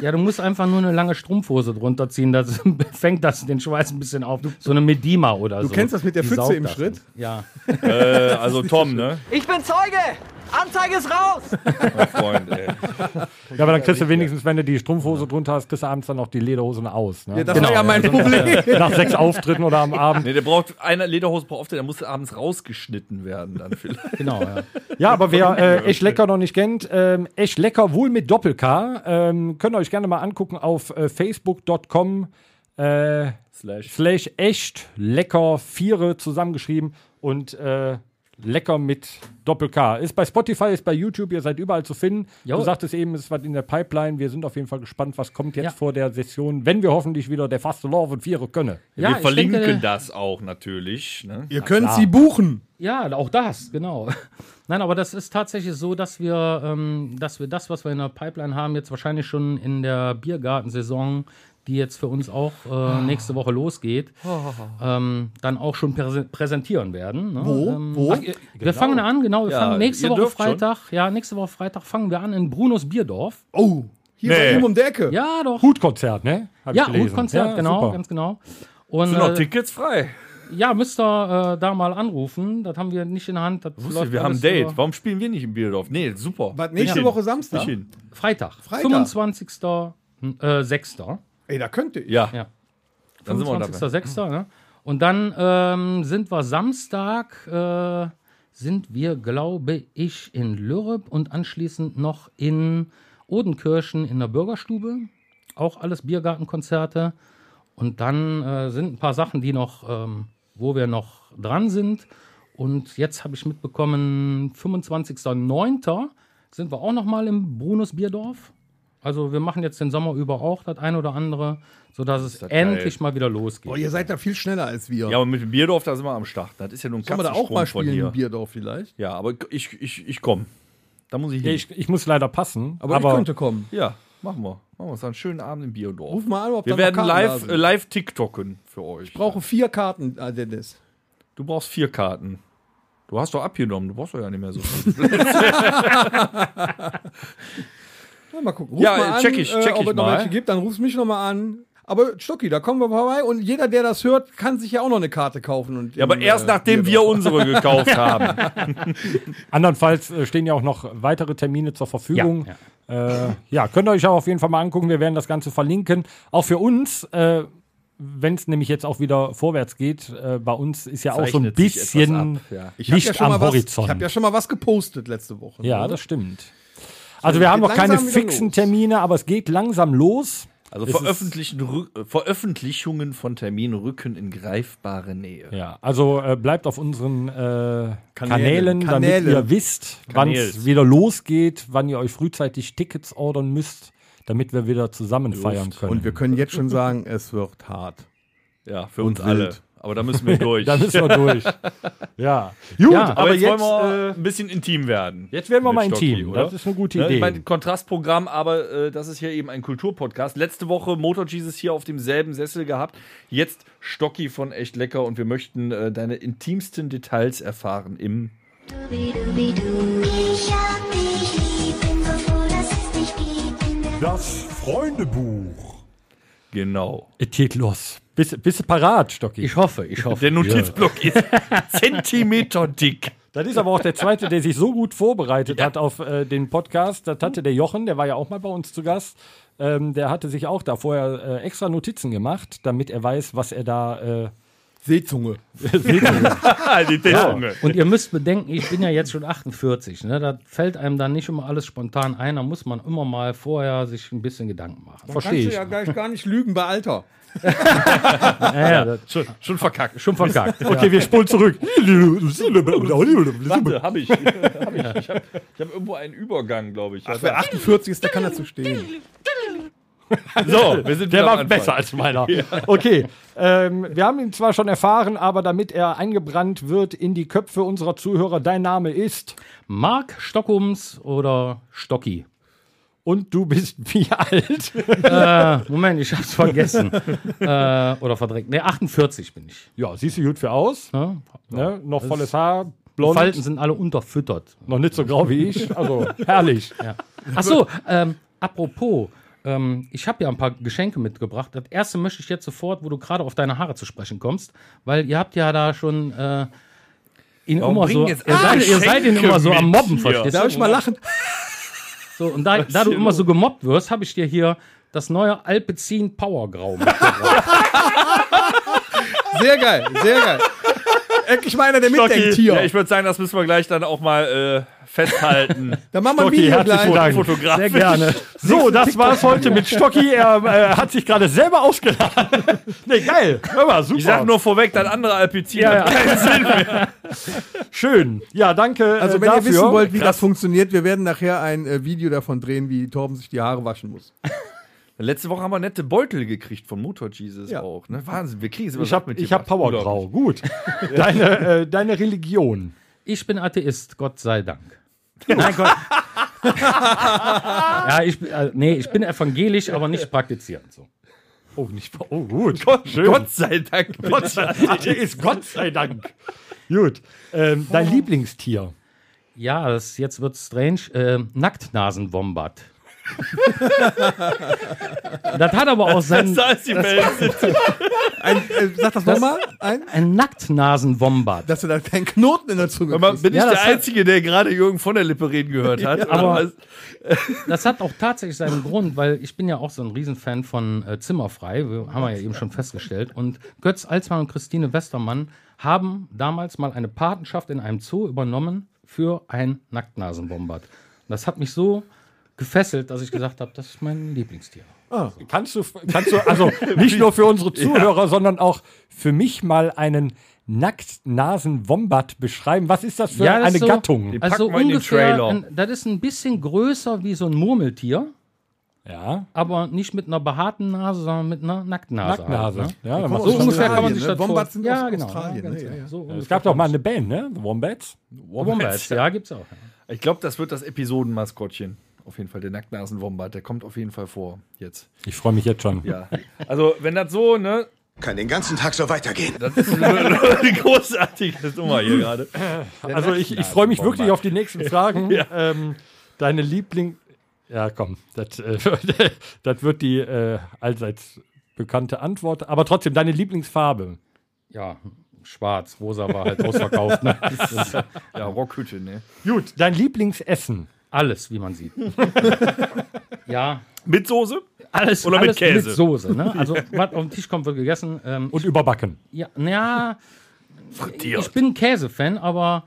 Speaker 5: Ja, du musst einfach nur eine lange Strumpfhose drunter ziehen, das fängt das den Schweiß ein bisschen auf. So eine Medima oder so.
Speaker 4: Du kennst das mit der
Speaker 5: Die
Speaker 4: Pfütze
Speaker 5: saugt
Speaker 4: im
Speaker 5: das.
Speaker 4: Schritt?
Speaker 5: Ja.
Speaker 3: Äh, also Tom, ne?
Speaker 9: Ich bin Zeuge! Anzeige ist raus!
Speaker 3: Mein Freund, ey.
Speaker 2: Ja, aber dann kriegst du wenigstens, wenn du die Strumpfhose drunter hast, kriegst du abends dann auch die Lederhosen aus. Ne?
Speaker 3: Genau,
Speaker 4: das war ja mein Problem.
Speaker 2: Nach sechs Auftritten oder am Abend.
Speaker 3: Nee, der braucht, eine Lederhose braucht oft, der muss abends rausgeschnitten werden dann vielleicht.
Speaker 5: Genau, ja.
Speaker 2: Ja, aber wer äh, echt lecker noch nicht kennt, ähm, echt lecker wohl mit Doppel-K. Ähm, könnt ihr euch gerne mal angucken auf äh, facebook.com äh,
Speaker 3: Slash.
Speaker 2: slash echt lecker Viere zusammengeschrieben und äh, lecker mit Doppel-K. Ist bei Spotify, ist bei YouTube, ihr seid überall zu finden.
Speaker 5: Jo.
Speaker 2: Du sagtest eben, es ist was in der Pipeline. Wir sind auf jeden Fall gespannt, was kommt jetzt
Speaker 5: Ja.
Speaker 2: vor der Session, wenn wir hoffentlich wieder der Faste Love und Viere können.
Speaker 5: ja
Speaker 3: Wir
Speaker 5: ich
Speaker 3: verlinken
Speaker 5: denke,
Speaker 3: das auch natürlich. Ne?
Speaker 4: Ihr könnt sie buchen.
Speaker 5: Ja, auch das, genau. Nein, aber das ist tatsächlich so, dass wir, ähm, dass wir das, was wir in der Pipeline haben, jetzt wahrscheinlich schon in der Biergartensaison, die jetzt für uns auch äh, nächste Woche losgeht,
Speaker 3: Oh.
Speaker 5: ähm, dann auch schon präse- präsentieren werden. Ne?
Speaker 4: Wo?
Speaker 5: Ähm,
Speaker 4: Wo?
Speaker 5: Wir fangen an, genau. Wir
Speaker 3: Ja,
Speaker 5: fangen nächste
Speaker 3: ihr
Speaker 5: Woche
Speaker 3: dürft schon.
Speaker 5: Freitag. Ja, nächste Woche Freitag fangen wir an in Brunos Bierdorf.
Speaker 4: Oh, hier
Speaker 3: Nee.
Speaker 4: bei ihm um die Ecke.
Speaker 5: Ja, doch.
Speaker 2: Hutkonzert, ne? Hab ich
Speaker 5: ja,
Speaker 2: gelesen.
Speaker 5: Hutkonzert,
Speaker 2: Ja,
Speaker 5: genau,
Speaker 2: super.
Speaker 5: ganz genau. Und
Speaker 3: Sind noch
Speaker 5: äh,
Speaker 3: Tickets frei.
Speaker 5: ja, müsst ihr äh, da mal anrufen. Das haben wir nicht in der Hand. Das läuft
Speaker 3: Wir haben ein
Speaker 5: alles äh,
Speaker 3: Date.
Speaker 5: über-
Speaker 3: Warum spielen wir nicht im Bierdorf? Nee, super.
Speaker 4: Was, nächste
Speaker 3: Nicht
Speaker 4: Woche
Speaker 3: hin.
Speaker 4: Samstag?
Speaker 3: Nicht hin.
Speaker 5: Freitag.
Speaker 4: Freitag.
Speaker 5: 25. hm, Äh, 6.
Speaker 4: Ey, da könnte ich.
Speaker 3: Ja.
Speaker 5: Ja.
Speaker 3: Dann sind wir dabei.
Speaker 5: 25.06. Ne? Und dann ähm, sind wir Samstag, äh, sind wir, glaube ich, in Lürrep und anschließend noch in Odenkirchen in der Bürgerstube. Auch alles Biergartenkonzerte. Und dann äh, sind ein paar Sachen, die noch, ähm, wo wir noch dran sind. Und jetzt habe ich mitbekommen, 25.09. sind wir auch noch mal im Brunus Bierdorf. Also wir machen jetzt den Sommer über auch das ein oder andere, sodass es endlich mal wieder losgeht.
Speaker 4: Boah, ihr seid da viel schneller als wir.
Speaker 3: Ja, aber mit dem Bierdorf, da sind wir am Start. Das ist ja nur ein
Speaker 4: Kann man da auch
Speaker 3: Katzensprung
Speaker 4: mal
Speaker 3: von
Speaker 4: spielen
Speaker 3: hier.
Speaker 4: in Bierdorf vielleicht?
Speaker 3: Ja, aber ich, ich, ich komme. Da muss ich
Speaker 2: Ja,
Speaker 3: hin.
Speaker 2: ich, ich muss leider passen.
Speaker 4: Aber, ich könnte kommen.
Speaker 3: ja, machen wir. Machen wir uns einen schönen Abend im Bierdorf.
Speaker 4: Ruf mal an, ob da
Speaker 3: wir
Speaker 4: noch
Speaker 3: werden
Speaker 4: Karten da
Speaker 3: live,
Speaker 4: sind.
Speaker 3: äh, live TikToken für euch.
Speaker 4: Ich brauche vier Karten, ah, Dennis.
Speaker 3: Du brauchst vier Karten. Du hast doch abgenommen, du brauchst doch ja nicht mehr so viel.
Speaker 4: Na, mal gucken. Ruf
Speaker 3: Ja,
Speaker 4: mal
Speaker 3: check ich, check
Speaker 4: äh, ob
Speaker 3: ich
Speaker 4: es noch
Speaker 3: mal.
Speaker 4: welche gibt, dann ruf's mich nochmal an. Aber Stocki, da kommen wir vorbei und jeder, der das hört, kann sich ja auch noch eine Karte kaufen. Und äh,
Speaker 3: Ja, aber erst nachdem wir unsere gekauft haben.
Speaker 2: Andernfalls äh, stehen ja auch noch weitere Termine zur Verfügung.
Speaker 5: Ja,
Speaker 2: Ja, äh, ja könnt ihr euch auch auf jeden Fall mal angucken. Wir werden das Ganze verlinken. Auch für uns, äh, wenn es nämlich jetzt auch wieder vorwärts geht, äh, bei uns ist ja auch so ein
Speaker 3: Zeichnet sich
Speaker 2: bisschen
Speaker 3: etwas ab, ja.
Speaker 4: hab
Speaker 2: Licht am
Speaker 4: was,
Speaker 2: Horizont.
Speaker 4: Ich habe ja schon mal was gepostet letzte Woche.
Speaker 2: ja,
Speaker 4: ne?
Speaker 2: das stimmt. Also wir haben
Speaker 4: geht
Speaker 2: noch keine
Speaker 4: langsam wieder
Speaker 2: fixen
Speaker 4: los.
Speaker 2: Termine, aber es geht langsam los.
Speaker 3: Also
Speaker 2: Es ist-
Speaker 3: veröffentlichen, Rü- äh, Veröffentlichungen von Terminen rücken in greifbare Nähe.
Speaker 2: Ja, also äh, bleibt auf unseren äh, Kanälen, damit
Speaker 4: Kanäle.
Speaker 2: ihr wisst, wann es
Speaker 3: Kanäls.
Speaker 2: wieder losgeht, wann ihr euch frühzeitig Tickets ordern müsst, damit wir wieder zusammen feiern können.
Speaker 4: Und wir können jetzt schon sagen, es wird hart.
Speaker 3: Ja, für uns
Speaker 4: wild.
Speaker 3: alle. Aber da müssen wir durch.
Speaker 2: da müssen wir durch. ja. Gut,
Speaker 5: Ja,
Speaker 2: aber,
Speaker 3: aber jetzt,
Speaker 2: jetzt,
Speaker 3: wollen wir
Speaker 2: äh,
Speaker 3: ein bisschen intim werden.
Speaker 2: jetzt werden wir
Speaker 3: mit
Speaker 2: mal intim.
Speaker 3: Stocki, oder?
Speaker 2: Das ist eine gute
Speaker 3: Ne?
Speaker 2: Idee.
Speaker 3: Ich meine, Kontrastprogramm, aber äh, das ist hier eben ein Kulturpodcast. Letzte Woche Motor Jesus hier auf demselben Sessel gehabt. Jetzt Stocki von Echt Lecker und wir möchten äh, deine intimsten Details erfahren im
Speaker 10: Ich hab dich lieb, bin so froh, dass es dich gibt. In der
Speaker 1: Das Freundebuch.
Speaker 3: Genau.
Speaker 2: es geht los. Bist, bist du parat, Stocki?
Speaker 5: Ich hoffe, ich hoffe.
Speaker 3: Der Notizblock ist Zentimeter dick.
Speaker 2: das ist aber auch der Zweite, der sich so gut vorbereitet hat auf äh, den Podcast. Das hatte der Jochen, der war ja auch mal bei uns zu Gast. Ähm, der hatte sich auch da vorher äh, extra Notizen gemacht, damit er weiß, was er da äh,
Speaker 4: Seezunge.
Speaker 3: Ah, die Zunge.
Speaker 5: Und ihr müsst bedenken, ich bin ja jetzt schon 48. Ne? Da fällt einem dann nicht immer alles spontan ein. Da muss man immer mal vorher sich ein bisschen Gedanken machen.
Speaker 4: Kannst
Speaker 2: verstehe
Speaker 4: du
Speaker 2: ich.
Speaker 4: ja gleich gar nicht lügen bei Alter.
Speaker 5: Ja, ja, das-
Speaker 3: Schon, schon verkackt.
Speaker 5: schon verkackt.
Speaker 2: Okay, wir spulen zurück.
Speaker 3: Warte, hab ich. hab ich. Ich habe ich hab irgendwo einen Übergang, glaube ich.
Speaker 4: Wer 48 ist, der kann dazu stehen.
Speaker 3: so, Also, wir sind
Speaker 2: Der
Speaker 3: wieder am
Speaker 2: war
Speaker 3: Anfang.
Speaker 2: besser als meiner. Okay, ähm, wir haben ihn zwar schon erfahren, aber damit er eingebrannt wird in die Köpfe unserer Zuhörer, dein Name ist
Speaker 5: Mark Stockums oder Stocki.
Speaker 2: Und du bist wie alt?
Speaker 5: äh, Moment, ich hab's vergessen. äh, oder verdrängt. Ne, 48 bin ich.
Speaker 2: Ja, siehst du gut für aus.
Speaker 5: Ne?
Speaker 2: Ne? Noch volles Haar, blond,
Speaker 5: Falten sind alle unterfüttert.
Speaker 2: noch nicht so grau wie ich. Also herrlich.
Speaker 5: Ach so, ähm, apropos, ähm, ich habe ja ein paar Geschenke mitgebracht. Das erste möchte ich jetzt sofort, wo du gerade auf deine Haare zu sprechen kommst, weil ihr habt ja da schon äh, ihn
Speaker 3: Warum
Speaker 5: immer so,
Speaker 3: bringen
Speaker 5: ihr
Speaker 3: jetzt alle
Speaker 5: seid, ihr seid ihn
Speaker 3: Geschenke
Speaker 5: immer so am
Speaker 3: mit
Speaker 5: Mobben,
Speaker 3: hier?
Speaker 5: verstehst
Speaker 4: Darf ich mal lachen?
Speaker 5: So, und da, da du immer so gemobbt wirst, habe ich dir hier das neue Alpecin Power Grau mitgebracht.
Speaker 4: Sehr geil, sehr geil. Endlich mal einer, der mitdenkt hier.
Speaker 3: Ja, ich würde sagen, das müssen wir gleich dann auch mal äh, festhalten.
Speaker 4: Dann machen wir ein
Speaker 2: Stocki,
Speaker 4: Video
Speaker 2: herzlichen Dank.
Speaker 4: gleich.
Speaker 3: Fotograf.
Speaker 2: Sehr gerne. So, das war's heute mit Stocki. Er äh, hat sich gerade selber ausgeladen. Nee, geil. Hör mal, super.
Speaker 3: Ich sag nur vorweg, dein anderer Alpizin
Speaker 2: Ja,
Speaker 3: ja,
Speaker 2: ja.
Speaker 3: keinen Sinn mehr.
Speaker 2: Schön. Ja, danke.
Speaker 4: Also,
Speaker 2: äh,
Speaker 4: wenn ihr
Speaker 2: dafür.
Speaker 4: wissen wollt, wie das funktioniert, wir werden nachher ein äh, Video davon drehen, wie Torben sich die Haare waschen muss.
Speaker 3: Letzte Woche haben wir nette Beutel gekriegt von Motor Jesus
Speaker 4: Ja.
Speaker 3: auch. Ne? Wahnsinn, wir kriegen es
Speaker 2: Ich habe hab Powergrau. Gut. Deine, äh, deine Religion.
Speaker 5: Ich bin Atheist, Gott sei Dank. Nein, Gott. ja, ich bin, äh, nee, ich bin evangelisch, aber nicht praktizierend. So.
Speaker 2: Oh, nicht. Oh, gut. Schön.
Speaker 3: Gott sei Dank.
Speaker 2: Gott sei Dank. ist Gott sei Dank. Gut. Ähm, dein Lieblingstier.
Speaker 5: Ja, das, jetzt wird strange. Ähm, Nacktnasenwombat. das hat aber auch seinen.
Speaker 3: Da ist die Welt.
Speaker 4: Ein, äh, sag das, nochmal ein,
Speaker 5: Ein Nacktnasenwombat.
Speaker 4: dass du da keinen Knoten in der Zunge
Speaker 3: Aber
Speaker 4: kriegst.
Speaker 3: Bin ich der Einzige, der gerade Jürgen von der Lippe reden gehört hat?
Speaker 5: aber- Das hat auch tatsächlich seinen Grund, weil ich bin ja auch so ein Riesenfan von äh, Zimmerfrei, wir, haben wir ja eben schon festgestellt. Und Götz Alsmann und Christine Westermann haben damals mal eine Patenschaft in einem Zoo übernommen für ein Nacktnasenbombard. Das hat mich so gefesselt, dass ich gesagt habe, das ist mein Lieblingstier.
Speaker 2: Kannst du, kannst du, also nicht nur für unsere Zuhörer, sondern auch für mich mal einen Nacktnasen-Wombat beschreiben. Was ist das für
Speaker 5: Ja, das
Speaker 2: eine
Speaker 5: ist so-
Speaker 2: Gattung?
Speaker 5: Also
Speaker 3: packen wir in den
Speaker 5: ungefähr,
Speaker 3: Trailer.
Speaker 5: ein, das ist ein bisschen größer wie so ein Murmeltier,
Speaker 2: Ja,
Speaker 5: aber nicht mit einer beharten Nase, sondern mit einer Nacktnase.
Speaker 2: Nacktnase.
Speaker 5: Halt, ne?
Speaker 2: Ja, dann machst
Speaker 5: So
Speaker 2: du-
Speaker 4: Aus
Speaker 5: ungefähr kann man
Speaker 4: Australien,
Speaker 5: sich
Speaker 4: ne?
Speaker 5: das
Speaker 4: Wombats
Speaker 5: vor-
Speaker 4: sind
Speaker 5: ja,
Speaker 4: aus
Speaker 5: genau,
Speaker 4: Australien,
Speaker 5: ja,
Speaker 4: ne?
Speaker 5: ganz
Speaker 4: Ja, ja.
Speaker 5: So
Speaker 2: es
Speaker 5: ungefähr
Speaker 2: gab doch mal eine Band, ne? Wombats.
Speaker 5: Wombats, ja, gibt's auch. ja.
Speaker 3: Ich glaube, das wird das Episodenmaskottchen. Auf jeden Fall, der Nacktnasenwombat, der kommt auf jeden Fall vor. Jetzt.
Speaker 2: Ich freue mich jetzt schon.
Speaker 3: Ja. Also, wenn das so, ne?
Speaker 6: Kann den ganzen Tag so weitergehen.
Speaker 3: Das ist eine, eine großartige Nummer hier gerade.
Speaker 2: Also ich, ich freue mich wirklich auf die nächsten Fragen. ähm, deine Liebling... Ja, komm, das, äh, das wird die äh, allseits bekannte Antwort. Aber trotzdem, deine Lieblingsfarbe.
Speaker 5: Ja, schwarz, rosa war halt ausverkauft. Ne?
Speaker 3: Ja, Rockhütte, ne?
Speaker 2: Gut, dein Lieblingsessen.
Speaker 5: Alles, wie man sieht. ja,
Speaker 3: Mit Soße?
Speaker 5: alles,
Speaker 3: Oder mit
Speaker 5: alles
Speaker 3: Käse.
Speaker 5: mit Soße. Ne? Also, was auf den Tisch kommt, wird gegessen. Ähm,
Speaker 2: Und überbacken.
Speaker 5: ja, na ja, ich bin Käsefan, aber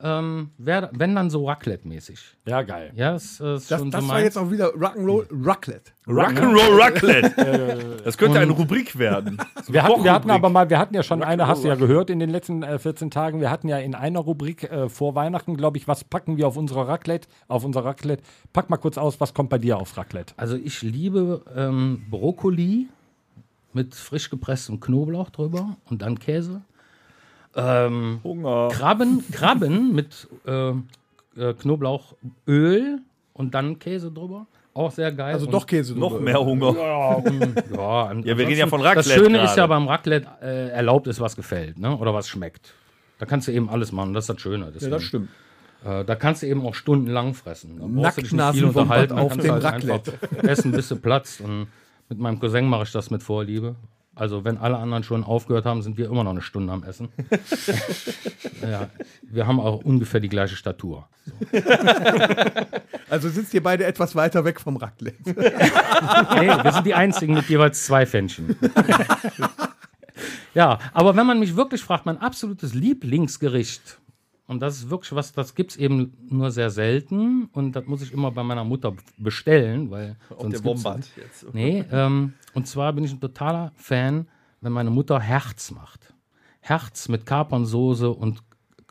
Speaker 5: ähm, wer, wenn dann so Raclette-mäßig.
Speaker 2: Ja, geil.
Speaker 5: Ja, das äh, ist
Speaker 4: Das,
Speaker 5: schon
Speaker 4: das
Speaker 5: so
Speaker 4: war
Speaker 5: mein.
Speaker 4: jetzt auch wieder Rock'n'Roll Rocklet.
Speaker 3: Rock'n'Roll Raclette. Das könnte eine Rubrik werden.
Speaker 2: Wir hatten, wir hatten
Speaker 3: Wochenrubrik.
Speaker 2: aber mal, wir hatten ja schon eine, hast du ja gehört in den letzten äh, 14 Tagen, wir hatten ja in einer Rubrik äh, vor Weihnachten, glaube ich, was packen wir auf unsere Raclette, auf unser Raclette. Pack mal kurz aus, was kommt bei dir auf Raclette?
Speaker 5: Also, ich liebe ähm, Brokkoli mit frisch gepresstem Knoblauch drüber und dann Käse. Ähm,
Speaker 3: Hunger.
Speaker 5: Krabben, Krabben mit äh, äh, Knoblauchöl und dann Käse drüber. Auch sehr geil.
Speaker 4: Also
Speaker 5: und,
Speaker 4: doch Käse.
Speaker 3: Noch
Speaker 4: drüber.
Speaker 3: mehr Hunger.
Speaker 5: Ja, an-
Speaker 3: Ja, wir reden ja
Speaker 5: ansonsten,
Speaker 3: von Raclette
Speaker 5: Das Schöne ist
Speaker 3: gerade.
Speaker 5: ja beim Raclette, äh, erlaubt ist, was gefällt ne? oder was schmeckt. Da kannst du eben alles machen, das ist das Schöne.
Speaker 4: Ja, das stimmt.
Speaker 5: Äh, da kannst du eben auch stundenlang fressen. Da brauchst du dich nicht viel
Speaker 4: Nacktnasenwombat
Speaker 5: unterhalten. da
Speaker 4: auf
Speaker 5: kannst
Speaker 4: dem
Speaker 5: du halt einfach Essen, bis du platzt. Und mit meinem Cousin mache ich das mit Vorliebe. Also, wenn alle anderen schon aufgehört haben, sind wir immer noch eine Stunde am Essen. ja, wir haben auch ungefähr die gleiche Statur.
Speaker 4: Also sitzt ihr beide etwas weiter weg vom Rocklet.
Speaker 5: Hey, wir sind die Einzigen mit jeweils zwei Fännchen. ja, aber wenn man mich wirklich fragt, mein absolutes Lieblingsgericht, und das ist wirklich was, das gibt es eben nur sehr selten und das muss ich immer bei meiner Mutter b- bestellen, weil sonst
Speaker 3: Der
Speaker 5: gibt's-
Speaker 3: Wombat jetzt.
Speaker 5: Nee, ähm, und zwar bin ich ein totaler Fan, wenn meine Mutter Herz macht. Herz mit Kapernsoße und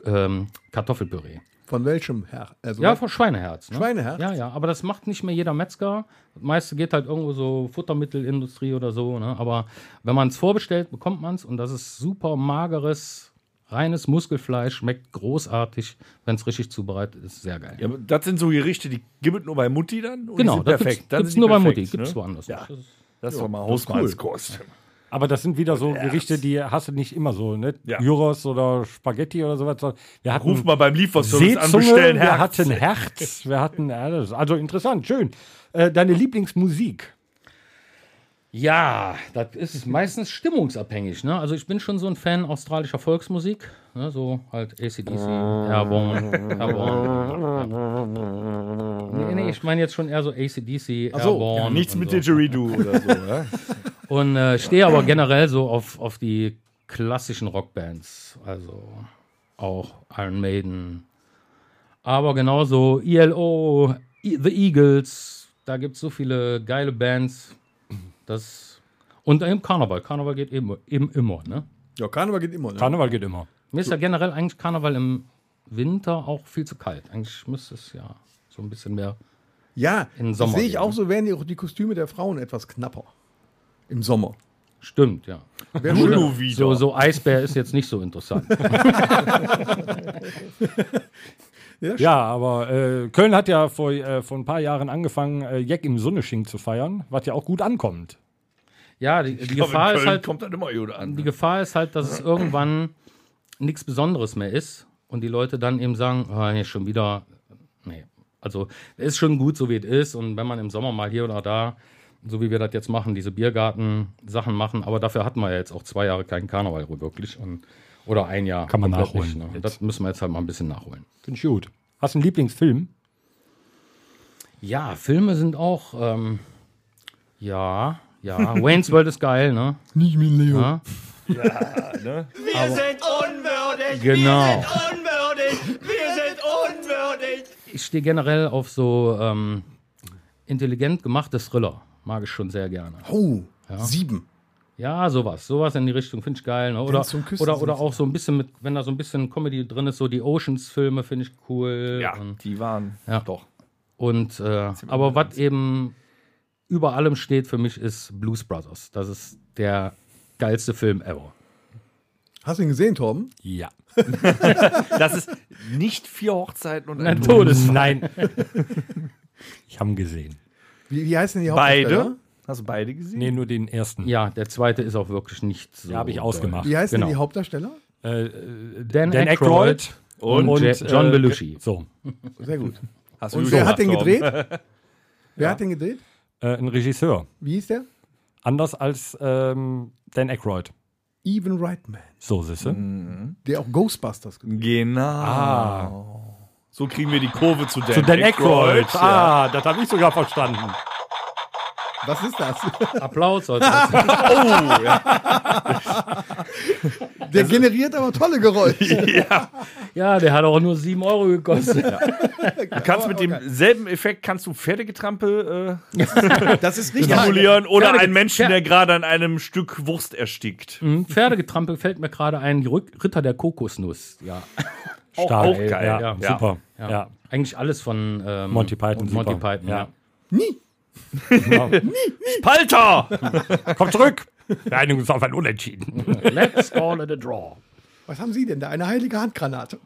Speaker 5: ähm, Kartoffelpüree.
Speaker 4: Von welchem Herr? Also
Speaker 5: Ja, von Schweineherz. Ne?
Speaker 4: Schweineherz?
Speaker 5: Ja, ja, aber das macht nicht mehr jeder Metzger. Das meiste geht halt irgendwo so Futtermittelindustrie oder so. Ne? Aber wenn man es vorbestellt, bekommt man es und das ist super mageres, Reines Muskelfleisch schmeckt großartig, wenn es richtig zubereitet ist. Sehr geil.
Speaker 3: Ja, aber das sind so Gerichte, die gibt es nur bei Mutti dann. und die
Speaker 5: genau,
Speaker 3: sind
Speaker 5: das
Speaker 3: perfekt.
Speaker 5: gibt's,
Speaker 3: Dann
Speaker 5: gibt's
Speaker 3: sind die
Speaker 5: nur bei
Speaker 3: perfekt, ne?
Speaker 5: Mutti, gibt's woanders.
Speaker 3: Ja.
Speaker 5: nicht. Das ist-
Speaker 3: Das ist doch mal
Speaker 2: ist cool.
Speaker 3: Hausmannskost.
Speaker 2: Aber das sind wieder so Gerichte, die hast du nicht immer so, ne?
Speaker 3: Ja.
Speaker 2: Gyros oder Spaghetti oder sowas. Wir hatten
Speaker 3: Ruf mal beim Lieferservice an,
Speaker 2: Seezunge,
Speaker 3: bestellen
Speaker 2: wir
Speaker 3: Herz.
Speaker 2: hatten Herz, wir hatten alles. Also interessant, schön. Äh, deine Lieblingsmusik?
Speaker 5: Ja, das ist meistens stimmungsabhängig. Ne? Also ich bin schon so ein Fan australischer Volksmusik. Ne? So halt ACDC, Airborne, Airborne. Nee, nee, ich meine jetzt schon eher so ACDC,
Speaker 3: Ach so,
Speaker 5: Airborne.
Speaker 3: ja, nichts
Speaker 5: und
Speaker 3: mit
Speaker 5: so.
Speaker 3: Didgeridoo oder so. Ja?
Speaker 5: Und äh, stehe aber generell so auf, auf die klassischen Rockbands. Also auch Iron Maiden. Aber genauso ELO, E- The Eagles. Da gibt es so viele geile Bands. Das und im Karneval. Karneval geht eben, eben immer. Ne?
Speaker 4: Ja, Karneval geht immer, ne?
Speaker 2: Karneval geht immer.
Speaker 5: Mir ist ja generell eigentlich Karneval im Winter auch viel zu kalt. Eigentlich müsste es ja so ein bisschen mehr.
Speaker 4: ja,
Speaker 5: Im
Speaker 4: das
Speaker 5: Sommer
Speaker 4: sehe ich
Speaker 5: gehen,
Speaker 4: auch
Speaker 5: ne?
Speaker 4: so, werden die, auch die Kostüme der Frauen etwas knapper. Im Sommer.
Speaker 5: Stimmt, ja.
Speaker 4: Wäre schön.
Speaker 3: wieder.
Speaker 5: So, so Eisbär ist jetzt nicht so interessant.
Speaker 2: Ja, aber äh, Köln hat ja vor, äh, vor ein paar Jahren angefangen, äh, Jack im Sonnesching zu feiern, was ja auch gut ankommt.
Speaker 5: Ja, die, die
Speaker 3: Ich glaub, in
Speaker 5: Gefahr ist
Speaker 3: Köln
Speaker 5: halt.
Speaker 3: kommt dann immer Jude an.
Speaker 5: Die
Speaker 2: ne?
Speaker 5: Gefahr ist halt, dass es irgendwann nichts Besonderes mehr ist und die Leute dann eben sagen, ah, nee, schon wieder, nee. Also es ist schon gut, so wie es ist und wenn man im Sommer mal hier oder da, so wie wir das jetzt machen, diese Biergarten-Sachen machen, aber dafür hatten wir ja jetzt auch zwei Jahre keinen Karneval wirklich und, oder ein Jahr.
Speaker 2: Kann man
Speaker 5: komplett
Speaker 2: nachholen
Speaker 5: nicht, ne?
Speaker 2: jetzt.
Speaker 5: Das müssen wir jetzt halt mal ein bisschen nachholen.
Speaker 2: Finde ich gut. Hast du einen Lieblingsfilm?
Speaker 5: Ja, Filme sind auch, ähm, ja, ja, Wayne's World ist geil, ne?
Speaker 4: Nicht mit Leo.
Speaker 5: Ja,
Speaker 3: ne?
Speaker 9: Wir sind unwürdig.
Speaker 5: Genau.
Speaker 9: Unwürdig. Wir sind unwürdig.
Speaker 5: ich stehe generell auf so ähm, intelligent gemachte Thriller. Mag ich schon sehr gerne.
Speaker 4: Oh, sieben.
Speaker 5: Ja, sowas. Sowas in die Richtung finde ich geil. Ne? Oder,
Speaker 4: Wenn's zum Küssen
Speaker 5: oder, oder
Speaker 4: sind.
Speaker 5: auch so ein bisschen mit, wenn da so ein bisschen Comedy drin ist, so die Oceans-Filme finde ich cool.
Speaker 3: Ja,
Speaker 5: Und,
Speaker 3: die waren
Speaker 5: Ja.
Speaker 3: doch.
Speaker 5: und äh, aber was eben über allem steht für mich ist Blues Brothers. Das ist der geilste Film ever.
Speaker 4: Hast du ihn gesehen, Torben?
Speaker 2: Ja.
Speaker 3: Das ist nicht vier Hochzeiten und ein Tod.
Speaker 2: Todesfall. Nein. ich habe ihn gesehen.
Speaker 4: Wie, wie heißen die Hauptdarsteller?
Speaker 3: Beide? Hast du beide gesehen?
Speaker 2: Nee, nur den ersten. Oh,
Speaker 5: Ja, der zweite ist auch wirklich nicht so.
Speaker 2: Ja, habe ich
Speaker 5: doll.
Speaker 2: ausgemacht.
Speaker 4: Wie heißen
Speaker 5: Genau.
Speaker 4: die Hauptdarsteller?
Speaker 5: Dan,
Speaker 2: Dan
Speaker 5: Aykroyd
Speaker 2: Aykroyd
Speaker 5: und,
Speaker 2: und,
Speaker 5: Ja-
Speaker 2: äh,
Speaker 5: John Belushi.
Speaker 2: So.
Speaker 4: Sehr gut.
Speaker 3: Hast
Speaker 4: Und
Speaker 3: schon
Speaker 4: wer
Speaker 3: gemacht,
Speaker 4: hat den
Speaker 3: Torben?
Speaker 4: gedreht? Wer hat den gedreht?
Speaker 2: Äh, ein Regisseur.
Speaker 4: Wie hieß der?
Speaker 2: Anders als ähm, Dan Aykroyd.
Speaker 4: Even Reitman.
Speaker 2: So, Sisse.
Speaker 4: Der auch Ghostbusters gedreht
Speaker 3: Genau. So kriegen wir die Kurve zu Dan,
Speaker 2: Zu Dan Aykroyd.
Speaker 3: ja.
Speaker 2: Ah, das habe ich sogar verstanden.
Speaker 4: hat. Was ist das?
Speaker 5: Applaus. sollte das sein.
Speaker 4: Der generiert aber tolle Geräusche.
Speaker 5: ja, der hat auch nur 7 Euro gekostet.
Speaker 3: Du kannst mit demselben Effekt kannst du Pferdegetrampel äh,
Speaker 4: Das ist richtig.
Speaker 3: simulieren oder
Speaker 5: Pferdege-
Speaker 3: einen Menschen,
Speaker 5: Pferd-
Speaker 3: der gerade an einem Stück Wurst erstickt.
Speaker 5: Hm, Pferdegetrampel fällt mir gerade ein, die Rück- Ritter der Kokosnuss. Ja.
Speaker 3: Auch,
Speaker 2: Stark.
Speaker 3: auch geil.
Speaker 2: Ja,
Speaker 5: ja.
Speaker 2: super. Ja.
Speaker 5: Eigentlich alles von ähm,
Speaker 2: Monty Python,
Speaker 5: Monty
Speaker 2: super.
Speaker 5: Python, ja.
Speaker 2: Ja.
Speaker 4: Nie.
Speaker 3: Palter!
Speaker 2: Komm zurück. Wir einigen uns auf ein Unentschieden.
Speaker 5: Let's call it a draw.
Speaker 4: Was haben Sie denn da? Eine heilige Handgranate.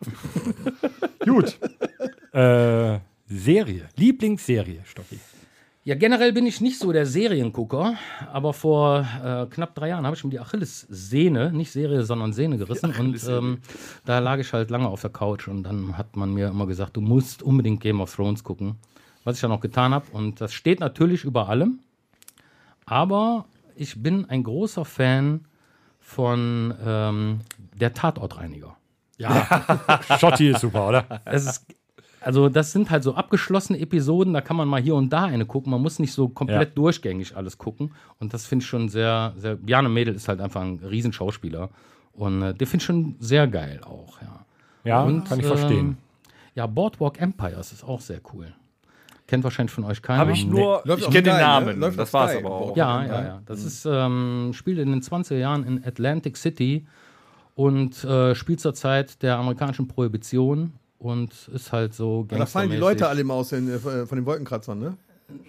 Speaker 2: Gut. äh, Serie. Lieblingsserie, Stocki.
Speaker 5: Ja, generell bin ich nicht so der Seriengucker, aber vor äh, knapp drei Jahren habe ich mir die Achillessehne, nicht Serie, sondern Sehne gerissen und ähm, da lag ich halt lange auf der Couch und dann hat man mir immer gesagt, du musst unbedingt Game of Thrones gucken, was ich dann auch getan habe und das steht natürlich über allem, aber ich bin ein großer Fan von ähm, der Tatortreiniger.
Speaker 2: Schotti ist super, oder?
Speaker 5: Das ist, also das sind halt so abgeschlossene Episoden, da kann man mal hier und da eine gucken. Man muss nicht so komplett
Speaker 2: Ja.
Speaker 5: durchgängig alles gucken. Und das finde ich schon sehr, sehr. Bjarne Mädel ist halt einfach ein Riesenschauspieler. Und äh, der finde ich schon sehr geil auch, ja.
Speaker 2: Ja,
Speaker 5: Und,
Speaker 2: kann ich
Speaker 5: ähm,
Speaker 2: verstehen.
Speaker 5: Ja, Boardwalk Empires ist auch sehr cool. Kennt wahrscheinlich von euch keiner.
Speaker 3: Habe ich nur.
Speaker 4: Läuft
Speaker 3: ich
Speaker 4: auf
Speaker 3: kenne den
Speaker 4: Sky, ne?
Speaker 3: Namen.
Speaker 4: Läuft
Speaker 3: Das
Speaker 4: auf
Speaker 3: war's
Speaker 4: Sky.
Speaker 3: aber auch.
Speaker 5: Ja, ja, ja. Das ist, ähm, spielt in den 20er Jahren in Atlantic City und äh, spielt zur Zeit der amerikanischen Prohibition und ist halt so
Speaker 4: Da fallen die
Speaker 5: gangstermäßig.
Speaker 4: Leute alle immer aus den, äh, von den Wolkenkratzern, ne?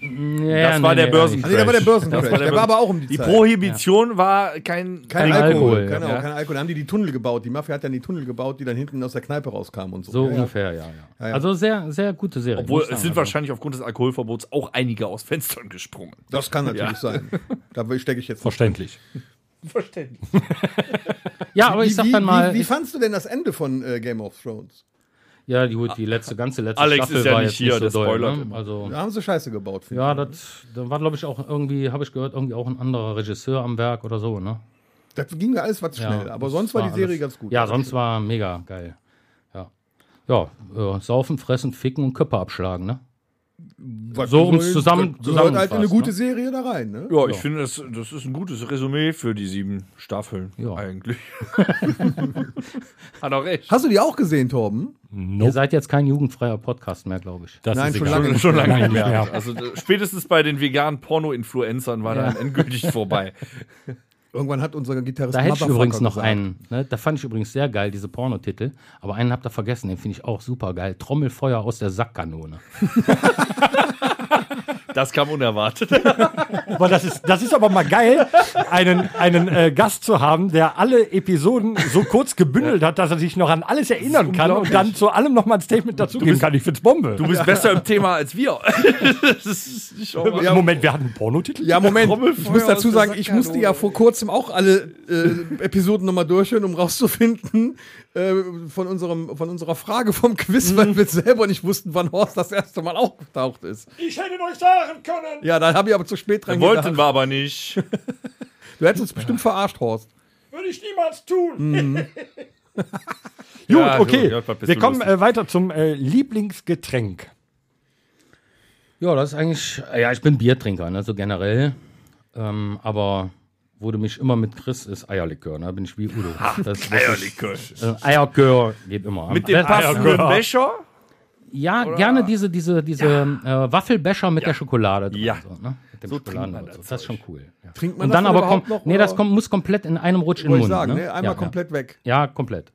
Speaker 5: Nee,
Speaker 3: Das war der Börsencrash.
Speaker 4: Also, da war der Börsencrash.
Speaker 3: Das war der
Speaker 4: Der war
Speaker 3: Börsen-
Speaker 4: aber auch um die
Speaker 3: Die
Speaker 4: Zeit.
Speaker 3: Prohibition war
Speaker 4: Kein,
Speaker 3: kein,
Speaker 5: Kein
Speaker 4: Alkohol.
Speaker 5: Alkohol,
Speaker 4: Genau,
Speaker 3: ja.
Speaker 4: kein Alkohol. Da haben die die Tunnel gebaut. Die Mafia hat dann die Tunnel gebaut, die dann hinten aus der Kneipe rauskamen und so.
Speaker 5: So
Speaker 4: Ja, ja.
Speaker 5: ungefähr, ja, ja.
Speaker 4: ja.
Speaker 5: Also sehr, sehr gute Serie.
Speaker 3: Obwohl,
Speaker 5: muss ich
Speaker 3: es
Speaker 5: sagen.
Speaker 3: sind
Speaker 5: Also,
Speaker 3: wahrscheinlich aufgrund des Alkoholverbots auch einige aus Fenstern gesprungen.
Speaker 4: Das kann natürlich
Speaker 3: Ja.
Speaker 4: sein. Da stecke ich jetzt
Speaker 2: Verständlich.
Speaker 3: Verständlich.
Speaker 5: Ja, aber ich
Speaker 4: wie,
Speaker 5: sag dann mal,
Speaker 4: wie, wie fandst du denn das Ende von äh, Game of Thrones?
Speaker 5: ja gut, die letzte ganze letzte
Speaker 3: Alex
Speaker 5: Staffel
Speaker 3: ist ja
Speaker 5: war
Speaker 3: nicht
Speaker 5: jetzt
Speaker 3: hier,
Speaker 5: nicht so
Speaker 3: der
Speaker 5: doll,
Speaker 3: spoilert
Speaker 5: ne?
Speaker 3: immer.
Speaker 5: Also
Speaker 4: Da haben sie Scheiße gebaut. finde
Speaker 5: ja,
Speaker 4: ich.
Speaker 5: das, da war glaube ich auch irgendwie, habe ich gehört, irgendwie auch ein anderer Regisseur am Werk oder so, ne?
Speaker 4: das ging ja alles was
Speaker 5: Ja,
Speaker 4: schnell. Aber
Speaker 5: das
Speaker 4: sonst war die Serie
Speaker 5: alles-
Speaker 4: ganz gut.
Speaker 5: Ja, sonst war mega geil. Ja, ja, äh, saufen, fressen, ficken und Köpfe abschlagen, ne?
Speaker 4: Was
Speaker 5: so, um's
Speaker 4: gehört-
Speaker 5: zusammen-
Speaker 4: das Gehört halt in eine
Speaker 5: zusammengefasst,
Speaker 4: gute
Speaker 5: ne?
Speaker 4: Serie da rein. Ne?
Speaker 3: Ja, ich finde, das, das ist ein gutes Resümee für die sieben Staffeln
Speaker 5: Ja.
Speaker 3: eigentlich. Hat auch recht.
Speaker 4: Hast du die auch gesehen, Torben?
Speaker 5: Ihr seid jetzt kein jugendfreier Podcast mehr, glaube ich.
Speaker 2: Das
Speaker 4: Nein,
Speaker 2: ist
Speaker 4: schon
Speaker 2: egal.
Speaker 4: lange.
Speaker 3: Schon lange nicht
Speaker 2: Nein,
Speaker 3: mehr.
Speaker 2: ja.
Speaker 3: Also äh, spätestens bei den veganen Porno-Influencern war dann endgültig vorbei.
Speaker 4: Irgendwann hat unser Gitarrist
Speaker 5: Da hätte ich
Speaker 4: Motherfucker
Speaker 5: übrigens noch
Speaker 4: gesagt.
Speaker 5: einen. Ne? Da fand ich übrigens sehr geil, diese Pornotitel. Aber einen habt ihr vergessen, den finde ich auch super geil. Trommelfeuer aus der Sackkanone.
Speaker 3: Das kam unerwartet.
Speaker 2: Aber das ist, das ist aber mal geil, einen, einen äh, Gast zu haben, der alle Episoden so kurz gebündelt hat, dass er sich noch an alles erinnern kann und dann zu allem nochmal ein Statement dazugeben kann. Ich find's Bombe.
Speaker 3: Du bist besser im Thema als wir. das ist nicht auch mal-
Speaker 2: ja. Moment, wir hatten einen Pornotitel?
Speaker 4: Ja, Moment, ich muss
Speaker 3: aus
Speaker 4: dazu
Speaker 3: der
Speaker 4: sagen, ich musste ja vor kurzem auch alle äh, Episoden nochmal durchhören, um rauszufinden äh, von, unserem, von unserer Frage vom Quiz, weil wir selber nicht wussten, wann Horst das erste Mal aufgetaucht ist.
Speaker 2: Ich hätte euch sagen können.
Speaker 4: Ja, da habe ich aber zu spät dran
Speaker 3: Wollten
Speaker 4: gedacht.
Speaker 3: wir aber nicht.
Speaker 4: Du hättest uns bestimmt verarscht, Horst.
Speaker 2: Würde ich niemals tun. Gut,
Speaker 3: Mhm. Ja, so,
Speaker 2: okay.
Speaker 3: Jörg, was bist
Speaker 2: wir
Speaker 3: du
Speaker 2: kommen
Speaker 3: lustig?
Speaker 2: äh, weiter zum äh, Lieblingsgetränk.
Speaker 5: Ja, das ist eigentlich. Ja, ich bin Biertrinker, ne? so generell. Ähm, aber wo du mich immer mit Chris ist Eierlikör, ne? bin ich wie Udo. Das ist wirklich,
Speaker 3: Eierlikör.
Speaker 5: äh, Eierlikör geht immer. ne? Äh,
Speaker 3: Mit dem passenden
Speaker 2: Eierlikör.
Speaker 3: Becher.
Speaker 5: Ja, gerne diese, diese, diese äh, Waffelbecher mit der Schokolade drin.
Speaker 3: Ja.
Speaker 5: So, ne? Mit dem
Speaker 3: So trinkt
Speaker 5: Schokoladen
Speaker 3: man
Speaker 5: und so.
Speaker 3: das
Speaker 5: Das ist schon cool. Ja.
Speaker 4: Trinkt man
Speaker 5: Und dann
Speaker 4: davon
Speaker 5: aber kommt.
Speaker 4: überhaupt noch,
Speaker 5: nee, das
Speaker 4: oder?
Speaker 5: kommt, muss komplett in einem Rutsch in den
Speaker 4: Wollte ich
Speaker 5: Mund.
Speaker 4: sagen,
Speaker 5: ne?
Speaker 4: ne? Einmal
Speaker 5: Ja, ja.
Speaker 4: komplett weg.
Speaker 5: Ja, komplett.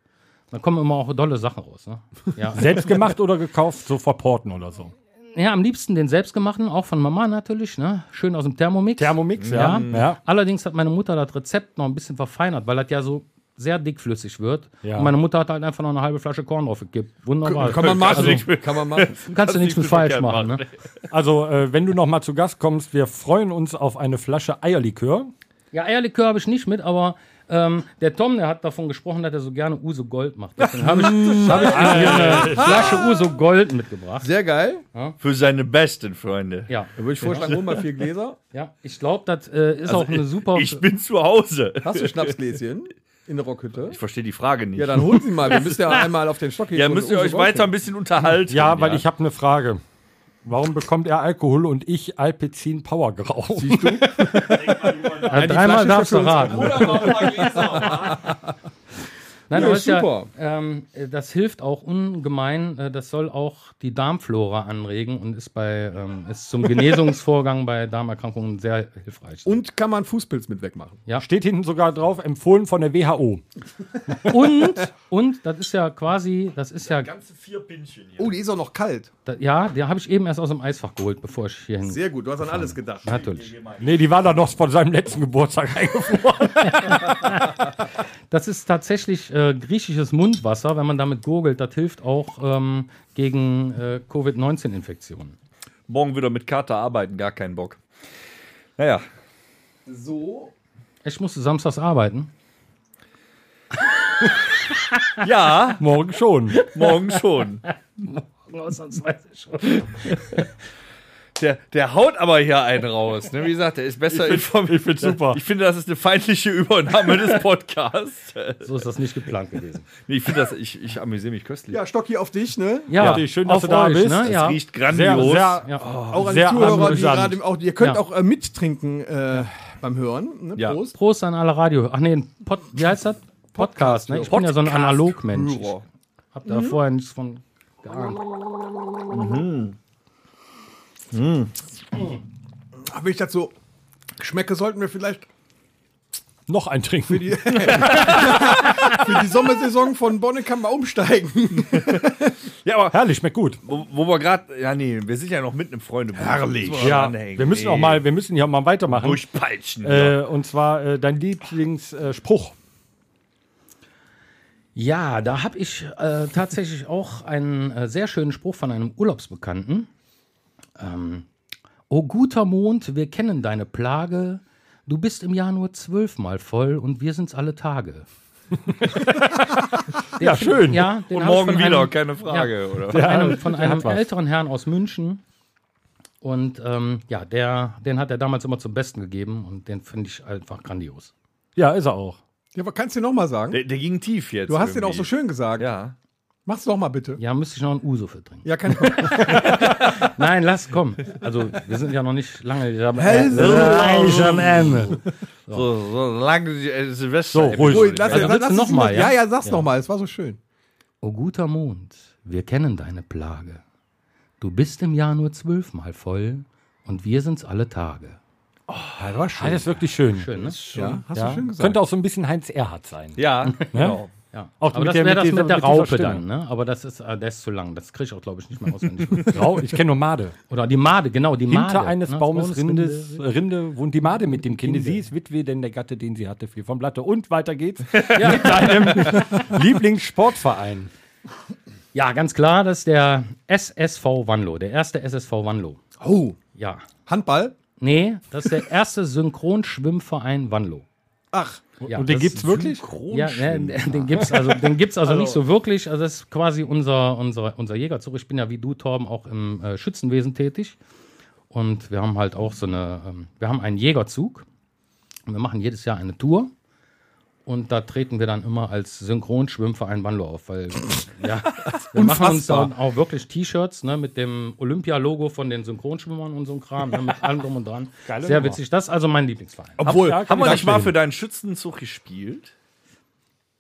Speaker 5: Da kommen immer auch dolle Sachen raus. Ne? Ja.
Speaker 2: Selbst gemacht oder gekauft, so verporten oder so.
Speaker 5: ja, am liebsten den selbstgemachten, auch von Mama natürlich. Ne? Schön aus dem Thermomix.
Speaker 2: Thermomix, ja.
Speaker 5: Ja.
Speaker 2: ja.
Speaker 5: Allerdings hat meine Mutter das Rezept noch ein bisschen verfeinert, weil das ja so sehr dickflüssig wird.
Speaker 2: Ja.
Speaker 5: Und meine Mutter hat halt einfach noch eine halbe Flasche Korn draufgekippt. Wunderbar. Also,
Speaker 4: Kann man
Speaker 3: Kannst du
Speaker 4: machen.
Speaker 3: nichts mit-
Speaker 4: Also, kann man machen.
Speaker 5: Kannst du nichts mit falsch
Speaker 3: verkehrt
Speaker 5: machen. Ne?
Speaker 3: machen.
Speaker 2: Also, äh, wenn du nochmal zu Gast kommst, wir freuen uns auf eine Flasche Eierlikör.
Speaker 5: Ja, Eierlikör habe ich nicht mit, aber ähm, der Tom, der hat davon gesprochen, dass er so gerne Uso Gold macht. Deswegen habe ich, hab ich hier eine Flasche Uso Gold mitgebracht.
Speaker 4: Sehr geil.
Speaker 3: Für seine besten Freunde.
Speaker 5: Ja,
Speaker 4: Da würde ich vorschlagen, hol mal vier Gläser.
Speaker 5: ja ich glaube, das äh, ist auch eine super.
Speaker 3: Ich bin zu Hause.
Speaker 4: Hast du Schnapsgläschen in der Rockhütte?
Speaker 3: Ich verstehe die Frage nicht.
Speaker 4: Ja, dann holt sie mal. Wir müssen ja einmal auf den Stock gehen.
Speaker 3: Ja,
Speaker 4: und
Speaker 3: müsst ihr
Speaker 4: Uwe
Speaker 3: euch
Speaker 4: Gold
Speaker 3: weiter ein bisschen unterhalten.
Speaker 2: Ja, weil ich habe eine Frage. Warum bekommt er Alkohol und ich Alpecin Power Grau?
Speaker 5: Ja,
Speaker 4: die
Speaker 5: dreimal
Speaker 4: Flasche
Speaker 5: darfst
Speaker 4: ist ja
Speaker 5: du
Speaker 4: für uns
Speaker 5: raten. Nein,
Speaker 4: Ja,
Speaker 5: aber ist ja,
Speaker 4: super.
Speaker 5: ähm, äh, das hilft auch ungemein. äh, Das soll auch die Darmflora anregen und ist bei ähm, ist zum Genesungsvorgang bei Darmerkrankungen sehr hilfreich.
Speaker 4: Und kann man Fußpilz mit wegmachen.
Speaker 2: Steht hinten sogar drauf, empfohlen von der WHO.
Speaker 5: und, und das ist ja quasi, das ist ja,
Speaker 4: Oh, die ist auch noch kalt.
Speaker 5: da, ja, die habe ich eben erst aus dem Eisfach geholt, bevor ich hier hin.
Speaker 4: Sehr gut, du hast an alles gedacht.
Speaker 5: Natürlich.
Speaker 2: Nee, die war da noch von seinem letzten Geburtstag eingefroren.
Speaker 5: Das ist tatsächlich äh, griechisches Mundwasser, wenn man damit gurgelt. Das hilft auch ähm, gegen äh, Covid-19-Infektionen.
Speaker 3: morgen wieder mit Kater arbeiten, gar keinen Bock. Naja,
Speaker 5: Ich musste samstags arbeiten.
Speaker 3: ja,
Speaker 2: Morgen schon.
Speaker 3: morgen schon.
Speaker 5: Ausnahmsweise schon.
Speaker 3: Der, der haut aber hier einen raus. Ne? Wie gesagt, der ist besser informiert.
Speaker 2: Ich find's super.
Speaker 3: Ich finde, das ist eine feindliche Übernahme des Podcasts.
Speaker 5: So ist das nicht geplant gewesen.
Speaker 3: Nee, ich finde das, ich, ich amüsiere mich köstlich.
Speaker 4: Ja, Stock hier auf dich, ne?
Speaker 2: Ja, schön, dass
Speaker 5: auf
Speaker 2: du da bist.
Speaker 5: Ne?
Speaker 2: Das
Speaker 5: Ja.
Speaker 3: Riecht
Speaker 2: Sehr,
Speaker 3: grandios.
Speaker 2: sehr,
Speaker 5: Ja.
Speaker 4: Auch an die
Speaker 2: sehr
Speaker 4: Zuhörer, die
Speaker 2: amüsant.
Speaker 4: gerade auch, ihr könnt
Speaker 5: Ja.
Speaker 4: auch äh, mittrinken äh, beim Hören. Ne?
Speaker 3: Ja.
Speaker 4: Prost.
Speaker 5: Prost an alle Radio. Ach nee, ein Pod, wie heißt das? Podcast. Ne? Ich bin ja so ein Analogmensch. Ich
Speaker 3: Hörer.
Speaker 5: hab
Speaker 2: Mhm.
Speaker 5: da vorher nichts von geahnt.
Speaker 4: Wenn ich das so schmecke, sollten wir vielleicht
Speaker 2: Noch ein Trinken.
Speaker 4: die, Für die Sommersaison von Bonne kann man umsteigen.
Speaker 3: Ja, aber
Speaker 2: Herrlich, schmeckt gut.
Speaker 3: wo, wo wir gerade, ja nee, wir sind ja noch mitten im Freundebuch.
Speaker 1: Herrlich.
Speaker 3: Müssen
Speaker 2: Ja,
Speaker 3: dranhängen.
Speaker 2: wir müssen auch
Speaker 3: Nee.
Speaker 2: mal, wir müssen ja mal weitermachen.
Speaker 3: durchpeitschen.
Speaker 2: Äh, und zwar äh, dein Lieblingsspruch.
Speaker 5: Ja, da habe ich äh, tatsächlich auch einen äh, sehr schönen Spruch von einem Urlaubsbekannten. Ähm, o guter Mond, wir kennen deine Plage. Du bist im Jahr nur zwölfmal voll und wir sind's alle Tage.
Speaker 2: ja, schön.
Speaker 5: Ja, den
Speaker 3: Und
Speaker 5: hab ich
Speaker 3: morgen
Speaker 5: von
Speaker 3: wieder,
Speaker 5: einem,
Speaker 3: keine Frage, oder?
Speaker 5: Von einem, von
Speaker 2: der
Speaker 5: einem
Speaker 2: hat was.
Speaker 5: älteren Herrn aus München. Und ähm, ja, der, den hat er damals immer zum Besten gegeben und den finde ich einfach grandios.
Speaker 2: ja, ist er auch.
Speaker 4: Ja, aber kannst du nochmal sagen?
Speaker 3: Der, der ging tief jetzt.
Speaker 4: Du hast den auch
Speaker 3: irgendwie.
Speaker 4: so schön gesagt.
Speaker 3: Ja.
Speaker 4: Mach's doch mal bitte.
Speaker 5: Ja, müsste ich noch einen Uso für trinken.
Speaker 4: Ja, kann ich.
Speaker 5: Nein, lass, komm. Also, wir sind ja noch nicht lange. Ich habe-
Speaker 3: So, so lange äh, Silvester.
Speaker 2: So, ruhig.
Speaker 4: Ruhig, lass,
Speaker 5: Also willst du
Speaker 4: es
Speaker 5: noch mal,
Speaker 4: lieber-
Speaker 5: ja?
Speaker 4: ja, ja, sag's nochmal. Es war so schön.
Speaker 5: O guter Mond, wir kennen deine Plage. Du bist im Jahr nur zwölfmal voll und wir sind's alle Tage.
Speaker 4: Ja, war schön.
Speaker 2: Alles wirklich schön.
Speaker 5: Schön, ne?
Speaker 4: Ja, hast
Speaker 2: Ja.
Speaker 4: du schön gesagt.
Speaker 2: Könnte auch so ein bisschen Heinz Erhardt sein.
Speaker 3: Ja, genau.
Speaker 5: Ja.
Speaker 2: Auch
Speaker 5: Aber
Speaker 2: mit
Speaker 5: das
Speaker 2: der-
Speaker 5: wäre
Speaker 2: mit
Speaker 5: das
Speaker 2: dieser-
Speaker 5: mit der
Speaker 2: mit dieser
Speaker 5: Raupe
Speaker 2: Stimme.
Speaker 5: dann, ne? Aber das ist, äh, der ist zu lang. Das kriege ich auch, glaube ich, nicht mal auswendig.
Speaker 2: Grau, ich kenne nur Made.
Speaker 5: Oder die Made, genau, die Made.
Speaker 2: Hinter eines
Speaker 5: ne?
Speaker 2: Baumes
Speaker 5: Baumesrinde.
Speaker 2: Rindes, Rinde wohnt die Made mit dem Kinde. Sie ist Witwe, denn der Gatte, den sie hatte, fiel vom Blatte. Und weiter geht's mit deinem Lieblingssportverein.
Speaker 5: Ja, ganz klar, das ist der SSV Wanlo, der erste SSV Wanlo.
Speaker 4: Oh,
Speaker 5: Ja.
Speaker 4: Handball?
Speaker 5: Nee, das ist der erste Synchronschwimmverein Wanlo.
Speaker 4: Ach,
Speaker 5: Ja,
Speaker 2: Und den
Speaker 5: das-
Speaker 2: gibt's wirklich?
Speaker 5: Ja, ne, den gibt's also, den gibt's also, nicht so wirklich. Also das ist quasi unser unser unser Jägerzug. Ich bin ja wie du Torben auch im äh, Schützenwesen tätig und wir haben halt auch so eine, ähm, wir haben einen Jägerzug und wir machen jedes Jahr eine Tour und da treten wir dann immer als Synchronschwimmverein Wanlo auf, weil ja, wir machen uns
Speaker 4: Unfassbar.
Speaker 5: dann auch wirklich T-Shirts ne, mit dem Olympia-Logo von den Synchronschwimmern und so einem Kram, ne, mit allem drum und dran. Sehr witzig. Das ist also mein Lieblingsverein.
Speaker 4: obwohl.
Speaker 2: ja,
Speaker 3: Haben wir nicht mal
Speaker 2: Dankeschön.
Speaker 3: für deinen Schützenzug gespielt?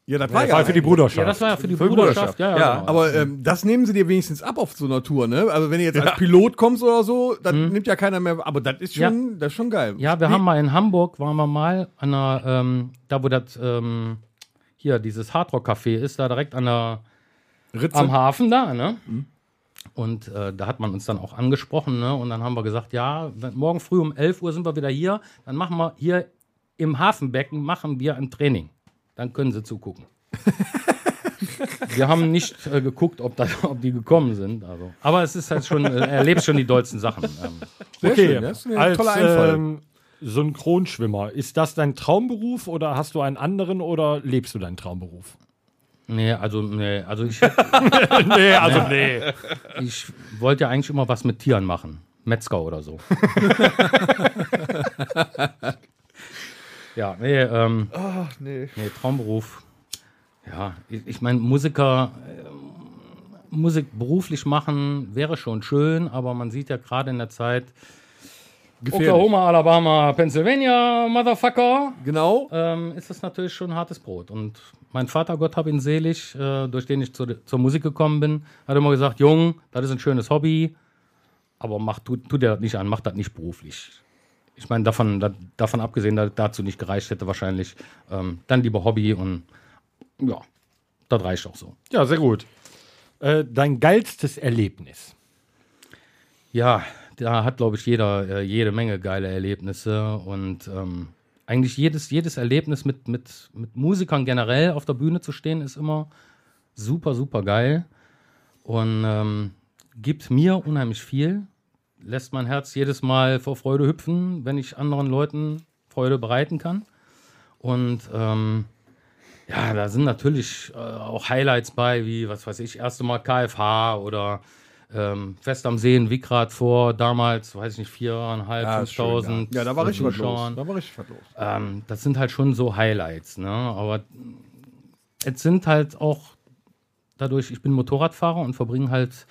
Speaker 4: Ja, das war ja.
Speaker 2: Fall für die
Speaker 5: Ja,
Speaker 2: Bruderschaft.
Speaker 5: das war ja für
Speaker 3: die
Speaker 5: die Bruderschaft.
Speaker 3: Bruderschaft.
Speaker 5: Ja, ja,
Speaker 3: Ja,
Speaker 5: genau.
Speaker 4: aber ähm, das nehmen sie dir wenigstens ab auf so einer Tour, ne? Also wenn du jetzt als Pilot kommst oder so, dann nimmt ja keiner mehr. Aber das ist schon, das ist schon geil.
Speaker 5: Mhm. Ja, wir haben mal in Hamburg, waren wir mal an der, ähm, da wo das, ähm, hier dieses Hardrock-Café ist, da direkt an der, am Hafen da, ne? Und äh, da hat man uns dann auch angesprochen, ne? Und dann haben wir gesagt, ja, wenn- morgen früh um 11 Uhr sind wir wieder hier, dann machen wir hier im Hafenbecken, machen wir ein Training. Dann können sie zugucken. Wir haben nicht äh, geguckt, ob, das, ob die gekommen sind. Also. Aber es ist halt schon, äh, erlebst schon die dollsten Sachen. Ähm,
Speaker 4: Sehr
Speaker 2: okay,
Speaker 4: schön, das ist ein
Speaker 2: als
Speaker 4: toller Einfall.
Speaker 2: ähm, Synchronschwimmer, ist das dein Traumberuf oder hast du einen anderen oder lebst du deinen Traumberuf?
Speaker 5: nee, also, nee, also ich
Speaker 2: nee, also nee.
Speaker 5: Ich wollte ja eigentlich immer was mit Tieren machen. Metzger oder so. ja, nee, ähm,
Speaker 3: nee.
Speaker 5: nee, Traumberuf. Ja, ich, ich meine, Musiker, ähm, Musik beruflich machen wäre schon schön, aber man sieht ja gerade in der Zeit Oklahoma, Alabama, Pennsylvania, Motherfucker,
Speaker 4: Genau.
Speaker 5: ähm, ist das natürlich schon hartes Brot. Und mein Vater, Gott hab ihn selig, äh, durch den ich zu, zur Musik gekommen bin, hat immer gesagt, Jung, das ist ein schönes Hobby, aber mach, tu, tu dir das nicht an, mach das nicht beruflich. Ich meine, davon, da, davon abgesehen, dass es dazu nicht gereicht hätte wahrscheinlich, ähm, dann lieber Hobby und ja, das reicht auch so.
Speaker 2: Ja, sehr gut. Äh, dein geilstes Erlebnis.
Speaker 5: Ja, da hat, glaube ich, jeder äh, jede Menge geile Erlebnisse und ähm, eigentlich jedes, jedes Erlebnis mit, mit, mit Musikern generell auf der Bühne zu stehen, ist immer super, super geil und ähm, gibt mir unheimlich viel, lässt mein Herz jedes Mal vor Freude hüpfen, wenn ich anderen Leuten Freude bereiten kann und ähm, ja, da sind natürlich äh, auch Highlights bei, wie, was weiß ich, erste Mal KFH oder ähm, Fest am See in Wickrad vor, damals, weiß ich nicht, viereinhalb,
Speaker 4: Ja, ist schön, ja.
Speaker 5: fünftausend.
Speaker 4: Ja, da war richtig was los.
Speaker 5: Zuschauern.
Speaker 4: Da war richtig was los.
Speaker 5: Ähm, das sind halt schon so Highlights, ne? Aber es sind halt auch dadurch, ich bin Motorradfahrer und verbringe halt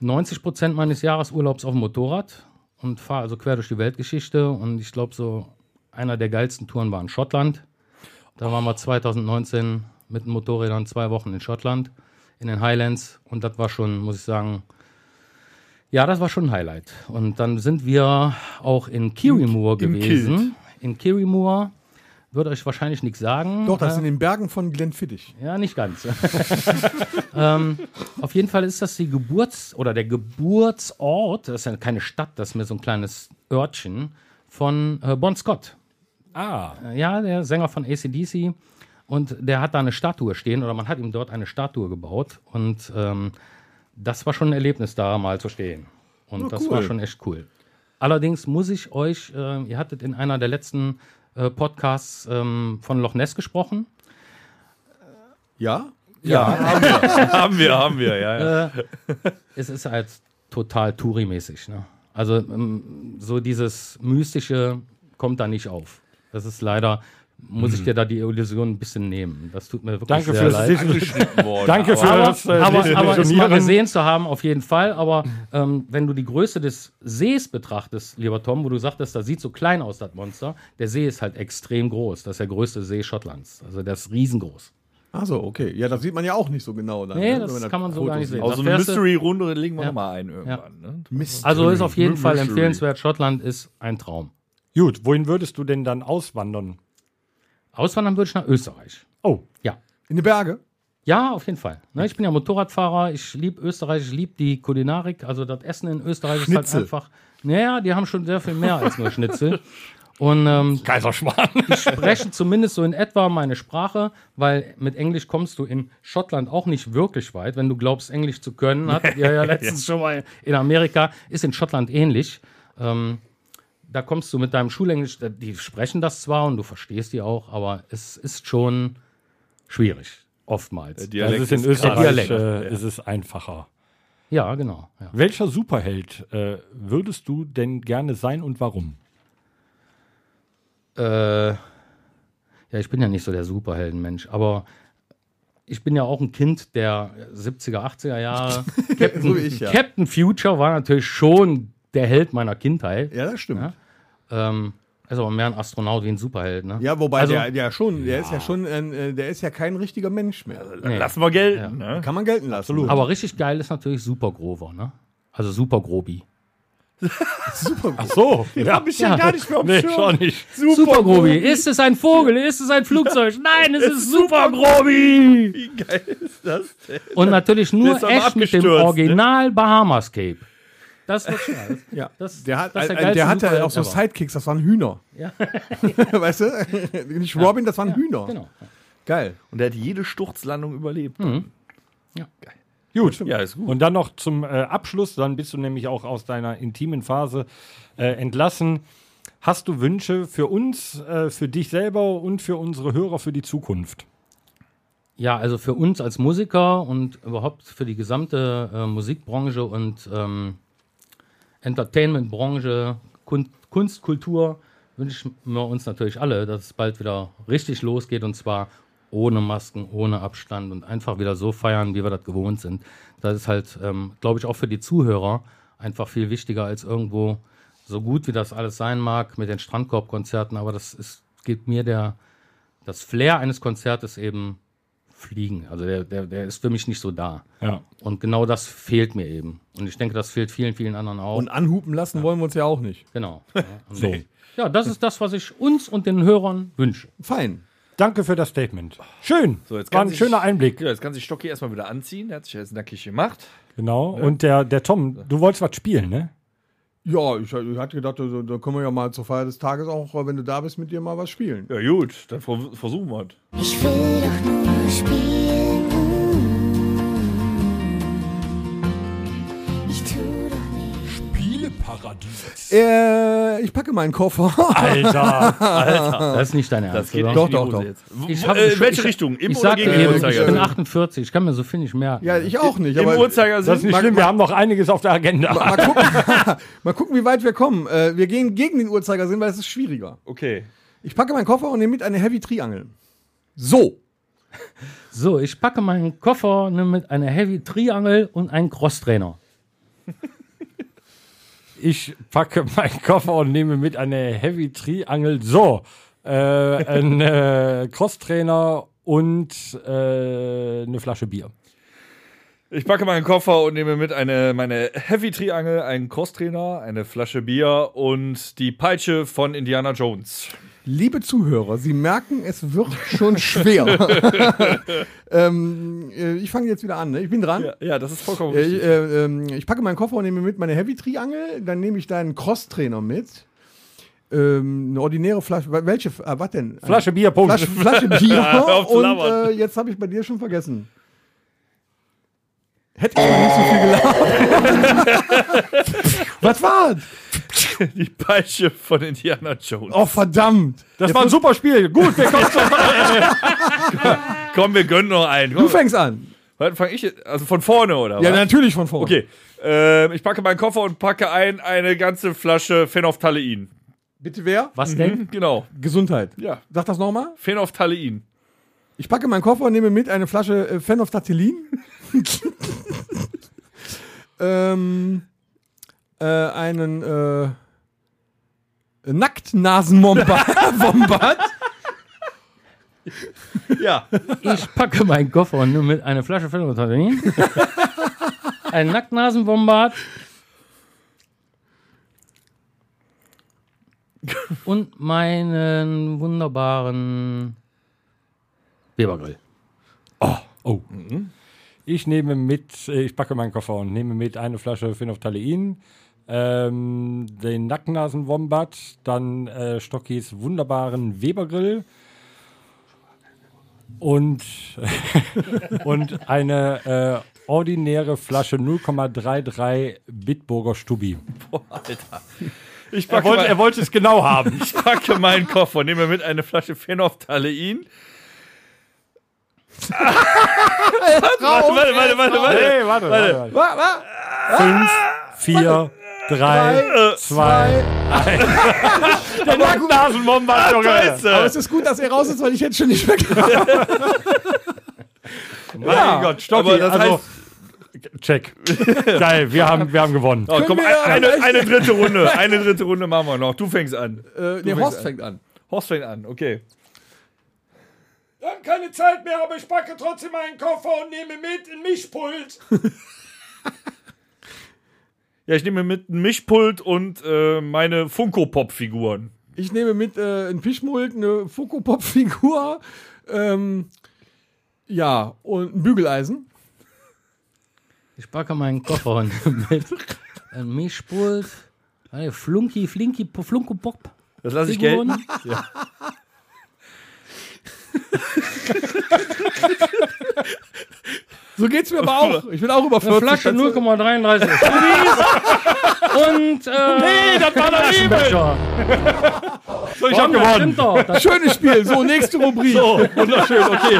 Speaker 5: 90 Prozent meines Jahresurlaubs auf dem Motorrad und fahre also quer durch die Weltgeschichte. Und ich glaube, so einer der geilsten Touren war in Schottland. Da waren wir 2019 mit den Motorrädern zwei Wochen in Schottland, in den Highlands. Und das war schon, muss ich sagen, ja, das war schon ein Highlight. Und dann sind wir auch in Kirriemuir gewesen. In Kirriemuir Wird euch wahrscheinlich nichts sagen.
Speaker 4: Doch, das
Speaker 5: Äh,
Speaker 4: ist in den Bergen von Glenfiddich.
Speaker 5: Ja, nicht ganz. ähm, auf jeden Fall ist das die Geburts- oder der Geburtsort, das ist ja keine Stadt, das ist mir so ein kleines Örtchen, von äh, Bon Scott.
Speaker 2: Ah,
Speaker 5: Äh, Ja, der Sänger von ACDC. Und der hat da eine Statue stehen oder man hat ihm dort eine Statue gebaut. Und ähm, das war schon ein Erlebnis, da mal zu stehen. Und das war schon echt cool. Allerdings muss ich euch, äh, ihr hattet in einer der letzten äh, Podcasts ähm, von Loch Ness gesprochen.
Speaker 4: Ja?
Speaker 3: haben wir, haben wir, ja. ja.
Speaker 5: es ist halt total Touri-mäßig. Ne? Also ähm, so dieses Mystische kommt da nicht auf. Das ist leider, muss ich dir da die Illusion ein bisschen nehmen. Das tut mir wirklich
Speaker 2: Mhm. danke
Speaker 5: sehr
Speaker 2: fürs
Speaker 5: leid.
Speaker 3: Angeschnitten worden.
Speaker 2: Danke für
Speaker 5: aber,
Speaker 2: das. äh,
Speaker 5: aber, aber es mal
Speaker 2: Resonieren.
Speaker 5: gesehen zu haben, auf jeden Fall. Aber ähm, wenn du die Größe des Sees betrachtest, lieber Tom, wo du sagtest, das sieht so klein aus, das Monster, der See ist halt extrem groß. Das ist der größte See Schottlands. Also der ist riesengroß.
Speaker 4: Achso, okay. Ja, das sieht man ja auch nicht so genau. Dann,
Speaker 5: Nee,
Speaker 4: ne,
Speaker 5: das
Speaker 4: wenn man
Speaker 5: kann man so gar
Speaker 4: Fotos
Speaker 5: nicht sehen.
Speaker 3: Also
Speaker 5: Da
Speaker 3: so eine
Speaker 5: fährst du-
Speaker 3: Mystery-Runde legen wir
Speaker 5: Ja.
Speaker 3: nochmal ein irgendwann. Ne?
Speaker 4: Mist.
Speaker 5: Also ist auf jeden Fall
Speaker 3: Mystery.
Speaker 5: empfehlenswert. Schottland ist ein Traum.
Speaker 2: Gut, wohin würdest du denn dann auswandern?
Speaker 5: Auswandern würde ich nach Österreich.
Speaker 2: Oh,
Speaker 5: Ja.
Speaker 4: In die Berge?
Speaker 5: Ja, auf jeden Fall. Ne, ich bin ja Motorradfahrer, ich liebe Österreich, ich liebe die Kulinarik. Also das Essen in Österreich ist
Speaker 4: Schnitzel.
Speaker 5: halt einfach. Naja, die haben schon sehr viel mehr als nur Schnitzel. Und ähm,
Speaker 2: Kaiserschmarrn.
Speaker 5: sprechen zumindest so in etwa meine Sprache, weil mit Englisch kommst du in Schottland auch nicht wirklich weit, wenn du glaubst, Englisch zu können. Hattet ihr ja letztens schon mal in Amerika, ist in Schottland ähnlich. Ähm, da kommst du mit deinem Schulenglisch, da- die sprechen das zwar und du verstehst die auch, aber es ist schon schwierig, oftmals.
Speaker 2: Das ist in
Speaker 5: krass.
Speaker 2: Österreich
Speaker 5: Dialekt.
Speaker 2: äh, ist es einfacher.
Speaker 5: Ja, genau. Ja.
Speaker 2: Welcher Superheld äh, würdest du denn gerne sein und warum?
Speaker 5: Äh, ja, ich bin ja nicht so der Superheldenmensch, aber ich bin ja auch ein Kind der 70er, 80er Jahre. Captain,
Speaker 4: So wie ich, ja.
Speaker 5: Captain Future war natürlich schon der Held meiner Kindheit.
Speaker 4: Ja, das stimmt. Ja,
Speaker 5: Ähm, ist aber mehr ein Astronaut wie ein Superheld, ne?
Speaker 4: wobei
Speaker 5: Also-
Speaker 4: der, der schon, der ist ja schon, ein, äh, der ist ja kein richtiger Mensch mehr.
Speaker 5: Nee.
Speaker 3: Lassen wir gelten. Ne?
Speaker 4: Kann man gelten lassen. Absolut.
Speaker 5: Aber richtig geil ist natürlich Super Grover, ne? Also Super Grobi.
Speaker 2: Ach so, ja.
Speaker 3: Hab ich
Speaker 5: ja gar
Speaker 3: nicht mehr auf
Speaker 2: Nee, schon nicht.
Speaker 5: Super, Grobi. Ist es ein Vogel? Ist es ein Flugzeug? Nein, es ist Super Grobi.
Speaker 3: Wie geil ist das denn?
Speaker 5: Und natürlich nur
Speaker 3: ist aber
Speaker 5: echt mit dem
Speaker 3: abgestürzt, ne?
Speaker 5: Original Bahamas Cape. Das wird schon alles.
Speaker 4: Ja.
Speaker 5: Das-
Speaker 4: der hat,
Speaker 5: das ist der
Speaker 4: äh, der,
Speaker 5: geilste
Speaker 4: hatte
Speaker 5: Superheld
Speaker 4: auch so
Speaker 5: ever.
Speaker 4: Sidekicks, das waren Hühner.
Speaker 5: Ja.
Speaker 4: weißt du? Nicht Robin, das waren Hühner.
Speaker 5: Genau.
Speaker 4: Geil.
Speaker 3: Und er hat jede Sturzlandung überlebt.
Speaker 2: Gut.
Speaker 3: Ja, ist gut.
Speaker 2: Und dann noch zum äh, Abschluss, dann bist du nämlich auch aus deiner intimen Phase äh, entlassen. Hast du Wünsche für uns, äh, für dich selber und für unsere Hörer für die Zukunft?
Speaker 5: Ja, also für uns als Musiker und überhaupt für die gesamte äh, Musikbranche und ähm, Entertainmentbranche, Kun Kunst, Kultur wünschen wir uns natürlich alle, dass es bald wieder richtig losgeht und zwar ohne Masken, ohne Abstand und einfach wieder so feiern, wie wir das gewohnt sind. Das ist halt, ähm, glaube ich, auch für die Zuhörer einfach viel wichtiger als irgendwo so gut wie das alles sein mag mit den Strandkorbkonzerten, aber das ist, gibt mir der das Flair eines Konzertes eben fliegen. Also der, der, der ist für mich nicht so da.
Speaker 2: Ja.
Speaker 5: Und genau das fehlt mir eben. Und ich denke, das fehlt vielen, vielen anderen auch.
Speaker 4: Und anhupen lassen wollen wir uns ja auch nicht.
Speaker 5: genau. Ja, und so. ja, das ist das, was ich uns und den Hörern wünsche.
Speaker 4: Fein.
Speaker 2: Danke für das Statement. Schön.
Speaker 3: So, jetzt
Speaker 2: War
Speaker 3: kann
Speaker 2: ein
Speaker 3: sich-
Speaker 2: schöner Einblick.
Speaker 3: Ja, jetzt kann sich Stocki erstmal wieder anziehen. Der hat sich jetzt nackig gemacht.
Speaker 2: Genau. Und der, der Tom, du wolltest was spielen, ne?
Speaker 4: Ja, ich, ich hatte gedacht, also, da können wir ja mal zur Feier des Tages auch, äh, wenn du da bist, mit dir mal was spielen.
Speaker 3: Ja, gut, dann ver- versuchen wir es.
Speaker 10: Ich will doch nur spielen. Ich tu doch nicht.
Speaker 1: Spieleparadies.
Speaker 4: Äh, ich packe meinen Koffer.
Speaker 2: Alter.
Speaker 4: Ah.
Speaker 5: Das ist nicht dein Ernst, oder?
Speaker 4: doch,
Speaker 3: in die
Speaker 4: doch,
Speaker 3: Hose
Speaker 4: doch.
Speaker 3: jetzt.
Speaker 5: Ich
Speaker 3: Ich
Speaker 5: hab-
Speaker 3: äh,
Speaker 5: ich-
Speaker 3: welche
Speaker 5: ich-
Speaker 3: Richtung? Im
Speaker 5: ich sagte
Speaker 3: gegen
Speaker 5: eben,
Speaker 3: den
Speaker 5: ich bin
Speaker 3: Uhrzeigersinn?
Speaker 5: 48, ich kann mir so viel nicht merken.
Speaker 4: ja, ich auch nicht.
Speaker 3: Im
Speaker 4: aber-
Speaker 2: Das ist
Speaker 3: Uhrzeigersinn?
Speaker 2: nicht schlimm, wir haben noch einiges auf der Agenda.
Speaker 4: Mal gucken, mal gucken, wie weit wir kommen. Äh, wir gehen gegen den Uhrzeigersinn, weil es ist schwieriger.
Speaker 3: Okay.
Speaker 4: Ich packe meinen Koffer und nehme mit eine Heavy Triangel. So.
Speaker 5: So, ich packe meinen Koffer ne, mit einer Heavy Triangel und einem Crosstrainer.
Speaker 2: Ich packe meinen Koffer und nehme mit eine Heavy Triangel. So, äh, ein äh, Crosstrainer und äh, eine Flasche Bier.
Speaker 3: Ich packe meinen Koffer und nehme mit eine, meine Heavy Triangel, einen Crosstrainer, eine Flasche Bier und die Peitsche von Indiana Jones.
Speaker 4: Liebe Zuhörer, Sie merken, es wird schon schwer. ähm, äh, ich fange jetzt wieder an. Ne? Ich bin dran.
Speaker 3: Ja, ja, das ist vollkommen
Speaker 4: Äh, Ich,
Speaker 3: richtig.
Speaker 4: äh, ähm, ich packe meinen Koffer und nehme mit meine Heavy-Triangel. Dann nehme ich deinen Cross-Trainer mit. Ähm, eine ordinäre Flasche. wa- Welche? F- Ah, was denn? Eine
Speaker 2: Flasche Bier, Punkt.
Speaker 4: Flasche, Flasche Bier.
Speaker 3: Ja, hör auf zu
Speaker 4: und
Speaker 3: labern.
Speaker 4: äh, jetzt habe ich bei dir schon vergessen. Hätte ich mal nicht so viel gelabert. was war's?
Speaker 3: Die Peitsche von Indiana Jones.
Speaker 4: Oh, verdammt.
Speaker 2: Das war ein super Spiel. Gut, wir kommen zum
Speaker 3: Komm, wir gönnen noch einen.
Speaker 4: Du
Speaker 3: Komm,
Speaker 4: fängst an.
Speaker 3: wann fang ich jetzt? Also von vorne, oder?
Speaker 4: Ja,
Speaker 3: was?
Speaker 4: natürlich von vorne.
Speaker 3: Okay. Ähm, ich packe meinen Koffer und packe ein eine ganze Flasche Phenophthalein.
Speaker 4: Bitte wer?
Speaker 5: Was denn?
Speaker 3: Genau.
Speaker 4: Gesundheit.
Speaker 3: Ja.
Speaker 4: Sag das nochmal.
Speaker 3: Phenophthalein.
Speaker 4: Ich packe meinen Koffer und nehme mit eine Flasche äh, Phenophtatellin. ähm, äh, einen äh, Nacktnasenwombat.
Speaker 3: Ja.
Speaker 5: Ich packe meinen Koffer und nur mit einer Flasche Phenotanin, ein Nacktnasenbombard und meinen wunderbaren Webergrill.
Speaker 2: Oh. Ich nehme mit, äh, ich packe meinen Koffer und nehme mit eine Flasche Phenophthalein, ähm, den Nackennasenwombat, dann äh, Stockis wunderbaren Webergrill und, und eine äh, ordinäre Flasche 0,33 Bitburger Stubbi.
Speaker 3: Ich
Speaker 2: Er
Speaker 3: packe,
Speaker 2: wollte,
Speaker 3: mein-
Speaker 2: er wollte es genau haben.
Speaker 3: ich packe meinen Koffer und nehme mit eine Flasche Phenophthalein. warte, warte, warte, warte, warte.
Speaker 2: Hey, warte, warte, warte.
Speaker 4: Wa- wa-
Speaker 2: Fünf, vier, drei,
Speaker 4: Drei,
Speaker 2: zwei, eins. Der
Speaker 1: Ah,
Speaker 2: Nackennasenwombat, Junge.
Speaker 4: Aber
Speaker 3: Äh, Scheiße.
Speaker 4: es ist gut, dass er raus ist, weil ich hätte schon nicht mehr
Speaker 3: Mein Gott, Stocki,
Speaker 2: Okay,
Speaker 3: aber das
Speaker 2: also,
Speaker 3: heißt,
Speaker 2: check. Geil, wir haben, wir haben gewonnen.
Speaker 3: oh, komm,
Speaker 4: wir-
Speaker 3: eine, eine dritte Runde, eine dritte Runde machen wir noch. Du fängst an.
Speaker 4: äh, Nee, Horst fängt an.
Speaker 3: Horst fängt an, okay.
Speaker 1: Wir haben keine Zeit mehr, aber ich packe trotzdem meinen Koffer und nehme mit in Mischpult.
Speaker 3: Ja, ich nehme mit ein Mischpult und äh, meine Funko Pop Figuren.
Speaker 4: Ich nehme mit äh, einen Fischmulk, eine Fokopop-Figur, ähm, ja, und ein Bügeleisen.
Speaker 5: Ich packe meinen Koffer und nehme mit Äh, einem Mischpult, eine äh, Flunky, Flinky, Flunko Pop.
Speaker 3: Das lasse ich
Speaker 5: Figuren.
Speaker 3: gelten.
Speaker 4: So geht's mir aber auch. Ich bin auch über 40.
Speaker 5: Flasche
Speaker 4: kannst du-
Speaker 5: 0,33 und äh, nee, das war der Flaschenbecher.
Speaker 3: So, ich habe gewonnen.
Speaker 5: Stimmt doch. Das
Speaker 4: Schönes Spiel. So, nächste Rubrik.
Speaker 3: So, wunderschön, okay.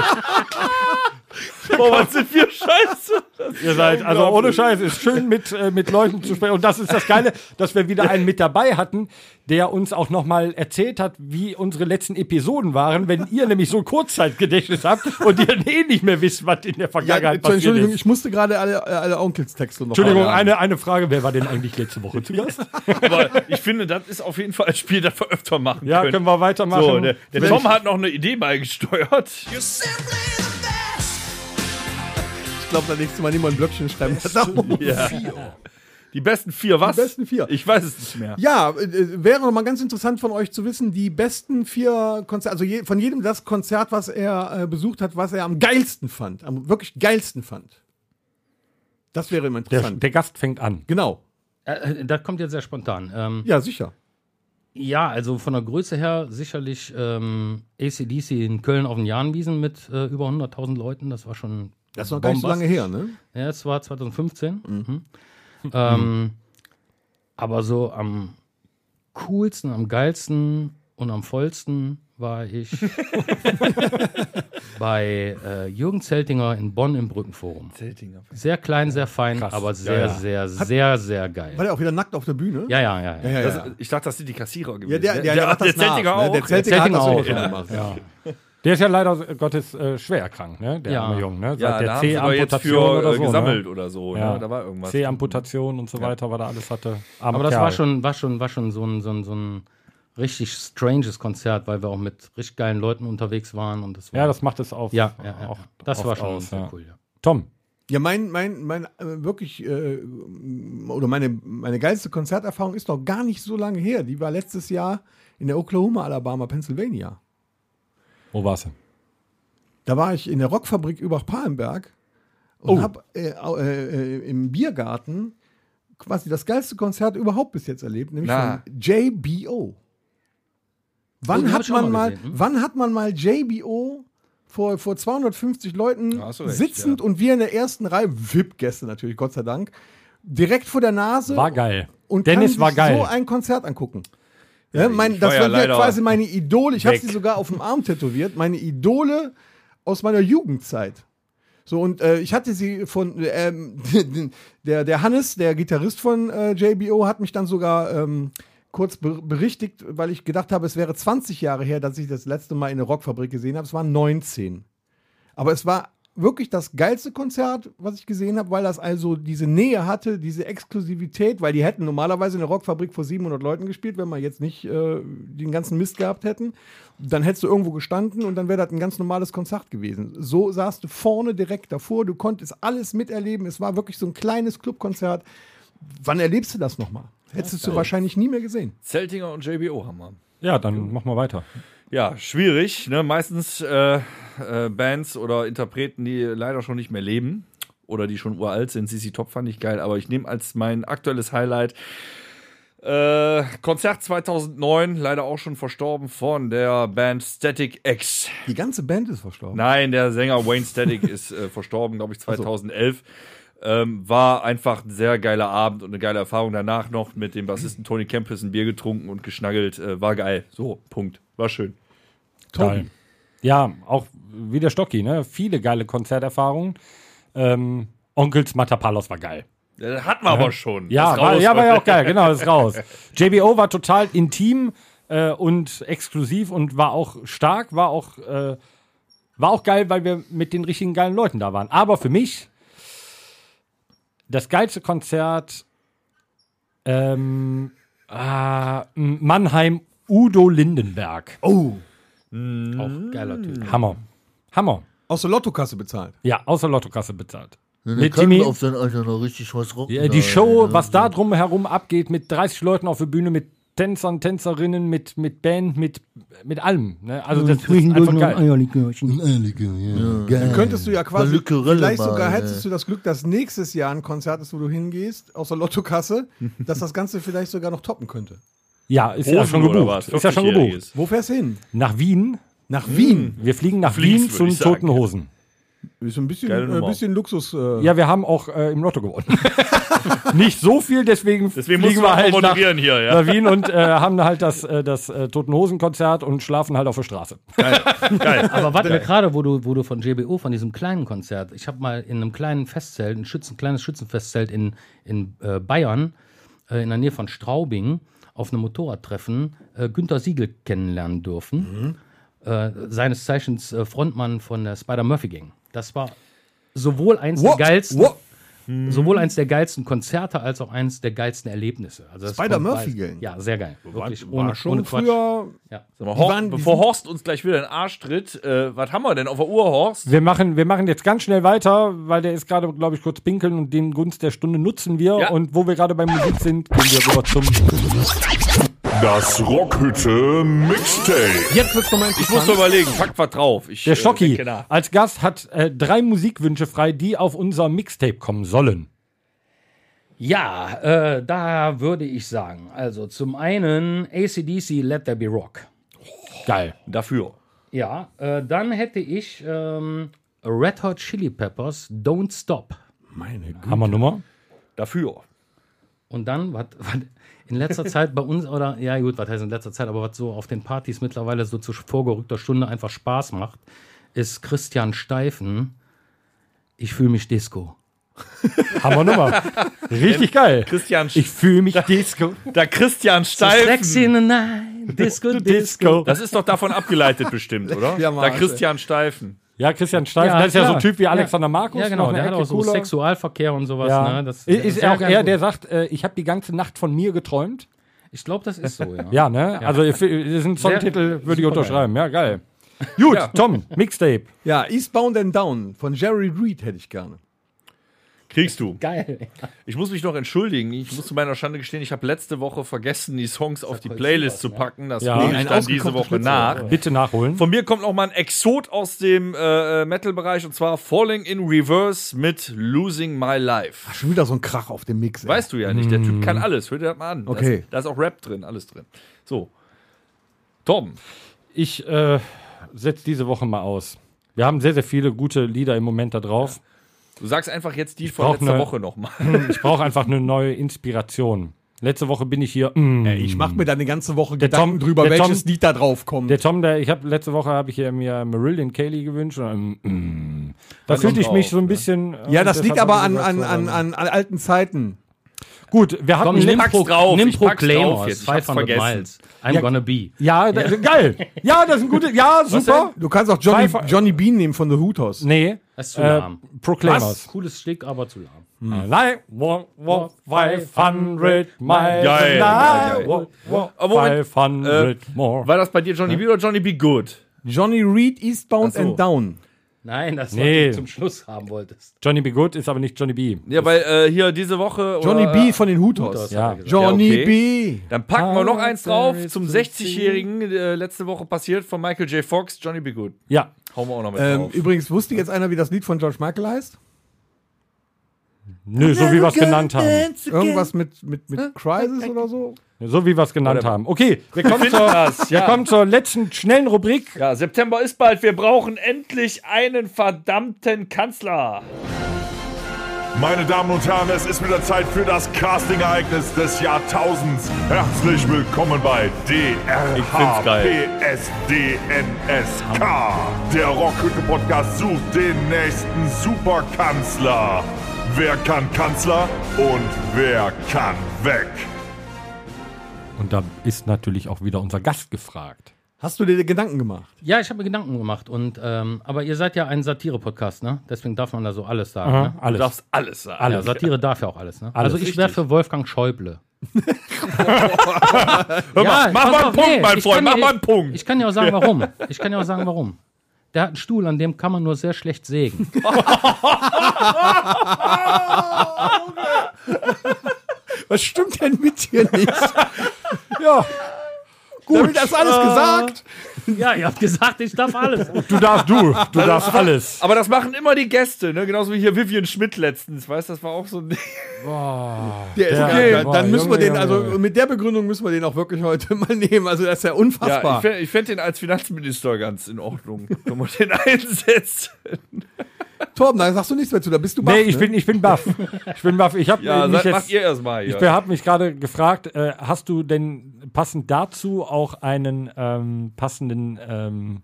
Speaker 3: Boah, was sind wir scheiße?
Speaker 2: Ihr seid, also
Speaker 3: äh,
Speaker 2: ohne Scheiß, ist schön mit, äh, mit Leuten zu sprechen. Und das ist das Geile, dass wir wieder einen mit dabei hatten, der uns auch nochmal erzählt hat, wie unsere letzten Episoden waren, wenn ihr nämlich so ein Kurzzeitgedächtnis habt und ihr eh nicht mehr wisst, was in der
Speaker 4: Ja,
Speaker 2: Vergangenheit passiert
Speaker 4: Entschuldigung,
Speaker 2: ist. Oh,
Speaker 4: ich musste gerade alle, alle Onkelstexte noch.
Speaker 2: Entschuldigung,
Speaker 4: mal-
Speaker 2: eine, eine Frage, wer war denn eigentlich letzte Woche zu Gast?
Speaker 3: Aber ich finde, das ist auf jeden Fall ein Spiel, das wir öfter machen
Speaker 2: Ja,
Speaker 3: können.
Speaker 2: können wir weitermachen.
Speaker 3: so, der, der Tom hat noch eine Idee beigesteuert.
Speaker 4: Ich glaube, das nächste Mal nehmen wir ein Blöckchen schreiben. wir das auf.
Speaker 3: Ja. Die besten vier, was?
Speaker 4: Die besten vier.
Speaker 3: Ich weiß es nicht mehr.
Speaker 4: Ja, äh, äh, wäre noch mal ganz interessant von euch zu wissen, die besten vier Konzerte, also je, von jedem das Konzert, was er äh, besucht hat, was er am geilsten fand, am wirklich geilsten fand. Das wäre immer
Speaker 2: der,
Speaker 4: interessant.
Speaker 2: der Gast fängt an.
Speaker 4: genau.
Speaker 5: Äh, Das kommt jetzt sehr spontan. Ähm,
Speaker 4: Ja, sicher.
Speaker 5: ja, also von der Größe her sicherlich ähm, ACDC in Köln auf den Jahnwiesen mit äh, über 100.000 Leuten. Das war schon.
Speaker 4: Das ist noch gar nicht so lange her, ne?
Speaker 5: Ja, das war 2015. Mhm. Ähm, aber so am coolsten, am geilsten und am vollsten war ich bei äh, Jürgen Zeltinger in Bonn im Brückenforum. Sehr klein, sehr fein, aber sehr,
Speaker 3: ja.
Speaker 5: sehr, sehr, sehr
Speaker 4: War
Speaker 5: geil.
Speaker 4: der auch wieder nackt auf der Bühne?
Speaker 5: Ja, ja, ja. ja.
Speaker 4: ja,
Speaker 3: Das,
Speaker 4: ja.
Speaker 3: ich dachte, das sind die Kassierer gewesen.
Speaker 4: Ja, der, der, der, hat das
Speaker 3: der
Speaker 4: nach,
Speaker 3: Zeltinger
Speaker 4: ne?
Speaker 3: auch.
Speaker 4: Der Zeltinger hat
Speaker 5: Zeltinger
Speaker 4: das
Speaker 5: auch,
Speaker 4: wirklich
Speaker 5: ja.
Speaker 4: gemacht.
Speaker 2: Ja. Der ist ja leider Gottes äh, schwer erkrankt, ne? Der
Speaker 5: Ja.
Speaker 2: arme Junge, ne? Seit
Speaker 3: ja,
Speaker 2: der
Speaker 3: da haben sie aber jetzt für
Speaker 2: oder
Speaker 3: äh,
Speaker 2: so,
Speaker 3: gesammelt
Speaker 2: ne?
Speaker 3: oder so.
Speaker 2: Ja.
Speaker 3: Ne? Da war irgendwas.
Speaker 2: C-Amputation und so weiter, was er alles hatte. Armer
Speaker 5: Aber das
Speaker 2: Kerl.
Speaker 5: war schon, war schon, war schon so ein, so ein, so ein richtig stranges Konzert, weil wir auch mit richtig geilen Leuten unterwegs waren und das war
Speaker 2: Ja, das macht es auf.
Speaker 5: ja, ja, ja.
Speaker 2: auch-
Speaker 5: das
Speaker 2: oft
Speaker 5: war schon
Speaker 2: aus,
Speaker 5: sehr
Speaker 2: ja.
Speaker 5: cool. Ja.
Speaker 2: Tom,
Speaker 4: Ja, mein, mein, mein äh, wirklich, äh, oder meine, meine geilste Konzerterfahrung ist noch gar nicht so lange her. Die war letztes Jahr in der Oklahoma, Alabama, Pennsylvania.
Speaker 2: Wo warst du?
Speaker 4: Da war ich in der Rockfabrik Übach-Palenberg und
Speaker 5: Oh.
Speaker 4: habe äh, au- äh, äh, im Biergarten quasi das geilste Konzert überhaupt bis jetzt erlebt, nämlich
Speaker 3: Na.
Speaker 4: von JBO.
Speaker 5: Oh,
Speaker 4: Wann,
Speaker 5: den hab
Speaker 4: hat
Speaker 5: ich auch
Speaker 4: man
Speaker 5: mal
Speaker 4: mal,
Speaker 5: gesehen, hm?
Speaker 4: wann hat man mal JBO vor, vor 250 Leuten
Speaker 3: Da hast du recht,
Speaker 4: sitzend und wir in der ersten Reihe, VIP-Gäste natürlich, Gott sei Dank, direkt vor der Nase
Speaker 2: War geil.
Speaker 4: und
Speaker 2: Dennis
Speaker 4: kann
Speaker 2: war
Speaker 4: sich
Speaker 2: geil.
Speaker 4: so ein Konzert angucken. Ja, mein,
Speaker 3: ich
Speaker 4: das
Speaker 3: war ja
Speaker 4: waren ja
Speaker 3: leider
Speaker 4: quasi meine Idole. Ich habe sie
Speaker 3: weg.
Speaker 4: sogar auf dem Arm tätowiert. Meine Idole aus meiner Jugendzeit. So, und äh, ich hatte sie von, ähm, der, der Hannes, der Gitarrist von äh, JBO, hat mich dann sogar ähm, kurz be berichtigt, weil ich gedacht habe, es wäre 20 Jahre her, dass ich das letzte Mal in der Rockfabrik gesehen habe. Es waren 19. Aber es war wirklich das geilste Konzert, was ich gesehen habe, weil das also diese Nähe hatte, diese Exklusivität, weil die hätten normalerweise in der Rockfabrik vor 700 Leuten gespielt, wenn wir jetzt nicht äh, den ganzen Mist gehabt hätten. Dann hättest du irgendwo gestanden und dann wäre das ein ganz normales Konzert gewesen. So saßt du vorne direkt davor, du konntest alles miterleben. Es war wirklich so ein kleines Clubkonzert. Wann erlebst du das nochmal? Hättest du wahrscheinlich nie mehr gesehen.
Speaker 3: Zeltinger und JBO haben wir.
Speaker 2: Ja, dann mach mal weiter.
Speaker 3: Ja, schwierig. Ne? Meistens äh, äh, Bands oder Interpreten, die leider schon nicht mehr leben oder die schon uralt sind. CC Top fand ich geil, aber ich nehme als mein aktuelles Highlight äh, Konzert 2009, leider auch schon verstorben, von der Band Static X.
Speaker 4: Die ganze Band ist verstorben.
Speaker 3: Nein, der Sänger Wayne Static ist äh, verstorben, glaube ich, 2011. Ähm, war einfach ein sehr geiler Abend und eine geile Erfahrung. Danach noch mit dem Bassisten Tony Campus ein Bier getrunken und geschnaggelt. Äh, war geil. So, Punkt. War schön.
Speaker 2: Geil. Ja, auch wie der Stocki, ne? Viele geile Konzerterfahrungen. Ähm, Onkels Matapalos war geil.
Speaker 3: Ja, Das hatten wir aber schon.
Speaker 2: Ja,
Speaker 3: Das
Speaker 2: war,
Speaker 3: raus
Speaker 2: ja, war ja
Speaker 3: heute.
Speaker 2: auch geil, genau, ist raus. JBO war total intim äh, und exklusiv und war auch stark, war auch, äh, war auch geil, weil wir mit den richtigen geilen Leuten da waren. Aber für mich das geilste Konzert ähm, ah, Mannheim Udo Lindenberg.
Speaker 4: Oh,
Speaker 5: Auch geiler Typ.
Speaker 2: Hammer. Hammer.
Speaker 4: aus der Lottokasse bezahlt.
Speaker 2: Ja, außer Lottokasse bezahlt.
Speaker 11: Der
Speaker 2: Mit
Speaker 11: kann
Speaker 2: Jimmy,
Speaker 11: auf sein Alter noch richtig was rocken.
Speaker 2: Ja, die
Speaker 11: da,
Speaker 2: Show,
Speaker 11: ne?
Speaker 2: was da drumherum abgeht, mit 30 Leuten auf der Bühne, mit Tänzern, Tänzerinnen, mit, mit Band, mit, mit allem. Ne? Also das ist einfach geil.
Speaker 11: Ein Eierlikör, ja. Geil.
Speaker 3: Äh,
Speaker 4: Dann könntest du ja quasi,
Speaker 11: Lückerelle
Speaker 4: vielleicht
Speaker 11: mal,
Speaker 4: sogar
Speaker 11: ey.
Speaker 4: hättest du das Glück, dass nächstes Jahr ein Konzert ist, wo du hingehst, aus der Lottokasse, dass das Ganze vielleicht sogar noch toppen könnte.
Speaker 2: Ja, ist ja
Speaker 3: Rosen
Speaker 2: schon
Speaker 3: oder
Speaker 2: gebucht.
Speaker 3: was?
Speaker 2: Ist ja schon gebucht.
Speaker 3: 40-Jähriges.
Speaker 4: Wo fährst du hin?
Speaker 2: Nach Wien.
Speaker 4: Nach Wien.
Speaker 2: Wir fliegen nach
Speaker 3: Fliegst,
Speaker 2: Wien
Speaker 3: würd
Speaker 2: zu den
Speaker 3: ich sagen,
Speaker 2: Toten
Speaker 3: ja.
Speaker 2: Hosen.
Speaker 4: Ist ein bisschen,
Speaker 3: Hm. Geile
Speaker 4: äh,
Speaker 3: Nummer.
Speaker 4: bisschen Luxus. Äh.
Speaker 2: Ja, wir haben auch äh, im Lotto gewonnen. Nicht so viel, deswegen, halt
Speaker 3: Deswegen musst du auch
Speaker 2: nach,
Speaker 3: moderieren hier, ja.
Speaker 2: nach Wien und äh, haben da halt das, äh, das äh, Toten Hosen Konzert und schlafen halt auf der Straße.
Speaker 5: Aber warte mir gerade, wo du, wo du von JBO, von diesem kleinen Konzert, ich habe mal in einem kleinen Festzelt, ein Schützen, kleines Schützenfestzelt in, in äh, Bayern, äh, in der Nähe von Straubing, auf einem Motorradtreffen äh, Günther Siegel kennenlernen
Speaker 4: Mhm.
Speaker 5: dürfen. Äh, seines Zeichens äh, Frontmann von der Spider-Murphy-Gang. Das war sowohl eins der geilsten. Sowohl
Speaker 4: Mhm.
Speaker 5: eins der geilsten Konzerte als auch eins der geilsten Erlebnisse. Also das
Speaker 4: Spider-Murphy
Speaker 5: kommt bei-
Speaker 4: Gang.
Speaker 5: Ja, sehr geil. Wirklich,
Speaker 4: War
Speaker 5: ohne,
Speaker 4: schon
Speaker 5: ohne Quatsch.
Speaker 4: früher.
Speaker 5: Ja.
Speaker 3: Sag mal, Hor
Speaker 4: waren- die
Speaker 3: bevor
Speaker 4: sind-
Speaker 3: Horst uns gleich wieder in den Arsch tritt, äh, was haben wir denn auf der Uhr, Horst?
Speaker 2: Wir machen, wir machen jetzt ganz schnell weiter, weil der ist gerade, glaube ich, kurz pinkeln und den Gunst der Stunde nutzen wir.
Speaker 3: Ja.
Speaker 2: Und wo wir gerade bei Musik sind, gehen wir rüber zum.
Speaker 8: Das Rockhütte Mixtape.
Speaker 4: Jetzt wird's nochmal
Speaker 3: Ich muss
Speaker 4: interessant.
Speaker 3: mir überlegen, pack was drauf. Ich,
Speaker 2: Der
Speaker 3: äh,
Speaker 2: Schocki
Speaker 3: denke nach.
Speaker 2: als Gast hat äh, drei Musikwünsche frei, die auf unser Mixtape kommen sollen.
Speaker 5: Ja, äh, da würde ich sagen, also zum einen ACDC Let There Be Rock.
Speaker 2: Geil.
Speaker 3: Dafür.
Speaker 5: Ja, äh, dann hätte ich ähm, Red Hot Chili Peppers Don't Stop.
Speaker 4: Meine Güte.
Speaker 2: Hammernummer.
Speaker 3: Dafür.
Speaker 5: Und dann, was in letzter Zeit bei uns, oder ja gut, was heißt in letzter Zeit, aber was so auf den Partys mittlerweile so zu vorgerückter Stunde einfach Spaß macht, ist Christian Steifen. Ich fühle mich Disco.
Speaker 2: Hammernummer. Richtig geil.
Speaker 3: Christian
Speaker 2: Ich fühle mich Disco.
Speaker 3: Da Christian
Speaker 5: Sexy in
Speaker 3: Steifen.
Speaker 5: the night, Disco, Disco.
Speaker 3: Das ist doch davon abgeleitet bestimmt, oder?
Speaker 4: Ja,
Speaker 3: da
Speaker 4: Mann.
Speaker 3: Christian Steifen.
Speaker 2: Ja, Christian Steifen,
Speaker 5: Ja,
Speaker 2: das ist ja so ein
Speaker 5: klar.
Speaker 2: Typ wie Alexander Markus.
Speaker 5: Ja, genau,
Speaker 2: noch eine
Speaker 5: der hat
Speaker 2: Ecke
Speaker 5: auch so
Speaker 2: cooler.
Speaker 5: Sexualverkehr und sowas.
Speaker 2: Ja.
Speaker 5: Ne? Das,
Speaker 2: ist
Speaker 5: das
Speaker 2: ist auch
Speaker 5: ganz
Speaker 2: er,
Speaker 5: gut.
Speaker 2: der sagt, äh, ich habe die ganze Nacht von mir geträumt.
Speaker 5: Ich glaube, das ist so, ja.
Speaker 2: Ja, ne? Also, das ist ein Songtitel,
Speaker 5: Sehr-
Speaker 2: würde ich
Speaker 5: supergeil.
Speaker 2: unterschreiben. Ja, geil. Gut, Tom, Mixtape.
Speaker 4: Ja, Eastbound and Down von Jerry Reed hätte ich gerne.
Speaker 3: Kriegst du.
Speaker 5: Geil.
Speaker 3: Ich muss mich noch entschuldigen. Ich muss zu meiner Schande gestehen, ich habe letzte Woche vergessen, die Songs auf die Playlist zu packen. Das ne?
Speaker 2: Ja.
Speaker 3: hole
Speaker 2: Nee,
Speaker 3: ich
Speaker 2: ein
Speaker 3: dann diese
Speaker 2: ausgekochtes
Speaker 3: Woche
Speaker 2: Schnitzel.
Speaker 3: nach.
Speaker 2: Bitte nachholen.
Speaker 3: Von mir kommt noch mal ein Exot aus dem äh, äh, Metal-Bereich und zwar Falling in Reverse mit Losing My Life.
Speaker 4: Schon wieder so ein Krach auf dem Mix. Ey.
Speaker 3: Weißt du ja nicht, der Typ kann alles. Hör dir das mal an. Da,
Speaker 4: mm. Okay.
Speaker 3: ist, da ist auch Rap drin, alles drin. So. Tom,
Speaker 2: Ich äh, setze diese Woche mal aus. Wir haben sehr, sehr viele gute Lieder im Moment da drauf.
Speaker 3: du sagst einfach jetzt die von
Speaker 2: brauch
Speaker 3: letzter
Speaker 2: ne-
Speaker 3: Woche nochmal.
Speaker 2: Ich brauche einfach eine neue Inspiration. Letzte Woche bin ich hier. mm,
Speaker 4: Ey, ich mache mir da eine ganze Woche
Speaker 2: Der
Speaker 4: Gedanken
Speaker 2: Tom-
Speaker 4: drüber,
Speaker 2: der
Speaker 4: welches
Speaker 2: Tom-
Speaker 4: Lied da drauf kommt.
Speaker 2: Der Tom, der ich habe letzte Woche habe ich ja mir Marillion Kaylee gewünscht. Und, mm, mm. Da fühlte ich mich so ein bisschen. äh,
Speaker 4: ja, das
Speaker 2: und
Speaker 4: liegt
Speaker 2: deshalb
Speaker 4: aber
Speaker 2: haben
Speaker 4: an,
Speaker 2: wir
Speaker 4: an,
Speaker 2: gesagt,
Speaker 4: an,
Speaker 2: so,
Speaker 4: an, an alten Zeiten.
Speaker 2: Gut, wir hatten
Speaker 5: Komm, nimm,
Speaker 2: Limp-
Speaker 5: Pro,
Speaker 3: drauf,
Speaker 5: nimm
Speaker 3: ich pack's
Speaker 5: Proclaimers,
Speaker 3: drauf jetzt, ich hab's
Speaker 5: 500
Speaker 3: vergessen.
Speaker 5: Miles. I'm gonna be.
Speaker 2: ja, da, geil. Ja, das ist ein gutes. Ja, super.
Speaker 4: Du kannst auch Johnny,
Speaker 2: Pfeifer-
Speaker 4: Johnny Bean nehmen von The Hooters.
Speaker 2: Nee.
Speaker 5: Das ist zu
Speaker 2: äh,
Speaker 5: lahm.
Speaker 2: Proclaimers.
Speaker 5: Cooles Stück, aber zu lahm.
Speaker 2: Allein. Walk, walk 500 miles.
Speaker 3: Geil,
Speaker 2: Allein.
Speaker 3: geil.
Speaker 2: Walk, walk
Speaker 3: Aber Moment,
Speaker 2: 500 more.
Speaker 3: War das bei dir Johnny B oder Johnny B Good?
Speaker 4: Johnny Reed, Eastbound
Speaker 3: Ach so.
Speaker 4: and Down.
Speaker 5: Nein, das
Speaker 2: Nee.
Speaker 5: was du zum Schluss haben wolltest.
Speaker 2: Johnny B. Good ist aber nicht Johnny B.
Speaker 3: Ja, weil äh, hier diese Woche.
Speaker 4: Johnny
Speaker 3: oder,
Speaker 4: B von den Hooters.
Speaker 5: Hooters.
Speaker 2: Ja.
Speaker 4: Johnny
Speaker 3: Ja, okay.
Speaker 4: B.
Speaker 3: Dann packen wir noch eins drauf zum
Speaker 2: There is
Speaker 3: 60-Jährigen. Äh, letzte Woche passiert von Michael J. Fox, Johnny B. Good.
Speaker 2: Ja.
Speaker 3: Hauen wir auch noch mit
Speaker 4: Ähm,
Speaker 3: drauf.
Speaker 4: übrigens wusste jetzt einer, wie das Lied von George Michael heißt?
Speaker 2: Nö, so wie wir es genannt haben.
Speaker 4: Irgendwas mit, mit, mit Crisis oder so?
Speaker 2: So wie wir es genannt haben. Okay, wir kommen, zur,
Speaker 3: das,
Speaker 2: wir
Speaker 3: ja.
Speaker 2: kommen zur letzten schnellen Rubrik.
Speaker 3: Ja, September ist bald. Wir brauchen endlich einen verdammten Kanzler.
Speaker 12: Meine Damen und Herren, es ist wieder Zeit für das Casting-Ereignis des Jahrtausends. Herzlich willkommen bei
Speaker 3: Ich find's geil.
Speaker 12: DRHPSDNSK. Der Rockhütte-Podcast sucht den nächsten Superkanzler. Wer kann Kanzler und wer kann weg?
Speaker 2: Und da ist natürlich auch wieder unser Gast gefragt.
Speaker 4: Hast du dir Gedanken gemacht?
Speaker 5: Ja, ich habe mir Gedanken gemacht. Und, ähm, aber ihr seid ja ein Satire-Podcast, ne? Deswegen darf man da so alles sagen. Ne?
Speaker 3: Du
Speaker 2: Alles.
Speaker 3: darfst alles sagen.
Speaker 5: Ja, Satire darf ja auch alles, ne?
Speaker 2: Alles.
Speaker 5: also ich wäre für Wolfgang Schäuble.
Speaker 3: Hör mal,
Speaker 5: Ja,
Speaker 3: mach
Speaker 5: pass
Speaker 3: mal einen
Speaker 5: auf,
Speaker 3: Punkt,
Speaker 5: nee,
Speaker 3: mein
Speaker 5: ich
Speaker 3: Freund,
Speaker 5: kann
Speaker 3: mach
Speaker 5: ja-
Speaker 3: mal einen Punkt.
Speaker 5: Ich kann ja auch sagen, warum. Ich kann ja auch sagen, warum. Der hat einen Stuhl, an dem kann man nur sehr schlecht sägen.
Speaker 4: Was stimmt denn mit dir nicht?
Speaker 2: Ja,
Speaker 4: Damit hast du alles gesagt.
Speaker 5: ja, ihr habt gesagt, ich darf alles.
Speaker 2: du darfst du. Du darfst alles.
Speaker 3: Aber das machen immer die Gäste, ne? Genauso wie hier Vivian Schmidt letztens, weißt du, das war auch so ein Ding.
Speaker 4: Der ist
Speaker 2: Ja,
Speaker 4: okay,
Speaker 2: ja,
Speaker 4: dann müssen
Speaker 2: Junge,
Speaker 4: wir den,
Speaker 2: Junge,
Speaker 4: also
Speaker 2: Junge.
Speaker 4: mit der Begründung müssen wir den auch wirklich heute mal nehmen. Also das ist ja unfassbar.
Speaker 3: fänd- ich fänd den als Finanzminister ganz in Ordnung, wenn man den einsetzt.
Speaker 4: Torben, da sagst du nichts mehr zu, da bist du baff,
Speaker 2: Nee, ich
Speaker 4: ne?
Speaker 2: bin, ich bin baff. Ich bin baff. Ich habe
Speaker 3: Ja,
Speaker 2: mich
Speaker 3: sag, macht
Speaker 2: jetzt.
Speaker 3: ihr erstmal
Speaker 2: Ich
Speaker 3: hier.
Speaker 2: habe mich gerade gefragt, äh, hast du denn passend dazu auch einen ähm, passenden. Ähm,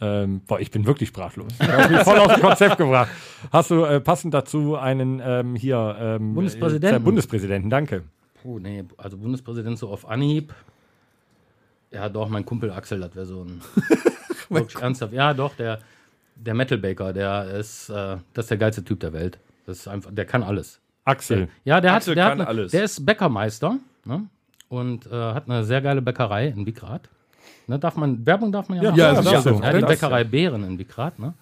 Speaker 2: ähm, boah, ich bin wirklich sprachlos. Ich hab mich voll aus dem Konzept gebracht. Hast du äh, passend dazu einen ähm, hier. Ähm,
Speaker 5: Bundespräsidenten.
Speaker 2: äh, Bundespräsidenten, danke.
Speaker 5: Oh, nee, also Bundespräsident so auf Anhieb. Ja, doch, mein Kumpel Axel, das wäre so ein. wirklich ernsthaft. Ja, doch, der, der Metal Baker, der ist, äh, das ist der geilste Typ der Welt. Das ist einfach, der kann alles.
Speaker 2: Axel.
Speaker 5: Ja, der
Speaker 3: Axel
Speaker 5: hat, der
Speaker 3: kann
Speaker 5: hat, eine-
Speaker 3: alles.
Speaker 5: Der ist Bäckermeister ne? und äh, hat eine sehr geile Bäckerei in Wickrath. Ne, darf man, Werbung darf man ja, machen.
Speaker 2: ja,
Speaker 5: das
Speaker 2: das
Speaker 5: ist
Speaker 2: ist so.
Speaker 5: so. ja, die
Speaker 2: Das ist
Speaker 5: Bäckerei Beeren in Wickrath. Ne?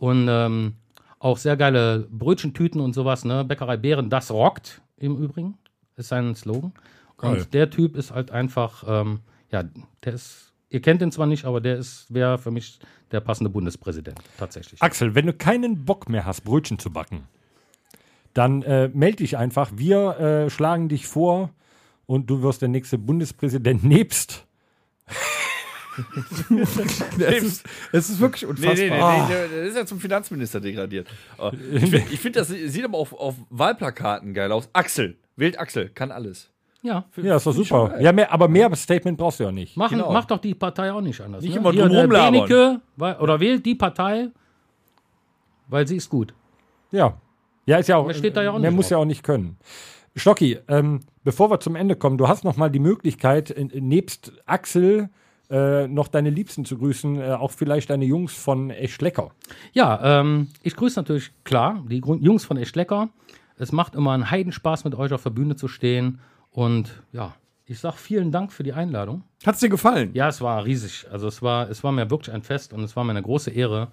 Speaker 5: Und ähm, auch sehr geile Brötchentüten und sowas. Ne? Bäckerei Beeren, das rockt im Übrigen, ist sein Slogan.
Speaker 2: Geil.
Speaker 5: Und der Typ ist halt einfach, ähm, ja, der ist, ihr kennt ihn zwar nicht, aber der ist, wäre für mich der passende Bundespräsident, tatsächlich.
Speaker 2: Axel, wenn du keinen Bock mehr hast, Brötchen zu backen, dann äh, melde dich einfach. Wir äh, schlagen dich vor und du wirst der nächste Bundespräsident nebst.
Speaker 4: es, ist, es ist wirklich unfassbar.
Speaker 3: Nee, nee, nee, nee, der ist ja zum Finanzminister degradiert. Aber Ich finde, find, das sieht aber auf, auf Wahlplakaten geil aus. Axel, wählt Axel, kann alles.
Speaker 5: Ja,
Speaker 2: Ja, ist doch super. Ja, mehr, aber mehr Statement brauchst du ja nicht.
Speaker 5: Machen,
Speaker 3: Genau.
Speaker 5: Macht doch die Partei auch nicht anders.
Speaker 3: Nicht
Speaker 5: ne?
Speaker 3: immer
Speaker 5: Hier,
Speaker 3: drum
Speaker 5: der
Speaker 3: rumlabern.
Speaker 5: Benecke, weil, oder wählt die Partei, weil sie ist gut.
Speaker 2: Ja. Ja, ist ja auch.
Speaker 5: Mehr steht da ja auch
Speaker 2: mehr
Speaker 5: nicht
Speaker 2: muss
Speaker 5: drauf.
Speaker 2: ja auch nicht können. Stocki, ähm, bevor wir zum Ende kommen, du hast noch mal die Möglichkeit, in- in- nebst Axel äh, noch deine Liebsten zu grüßen, äh, auch vielleicht deine Jungs von Echt Lecker.
Speaker 5: Ja, ähm, ich grüße natürlich klar die Grund Jungs von Echt Lecker. Es macht immer einen Heidenspaß, mit euch auf der Bühne zu stehen. Und ja, ich sag vielen Dank für die Einladung.
Speaker 4: Hat's dir gefallen?
Speaker 5: Ja, es war riesig. Also es war, es war mir wirklich ein Fest und es war mir eine große Ehre,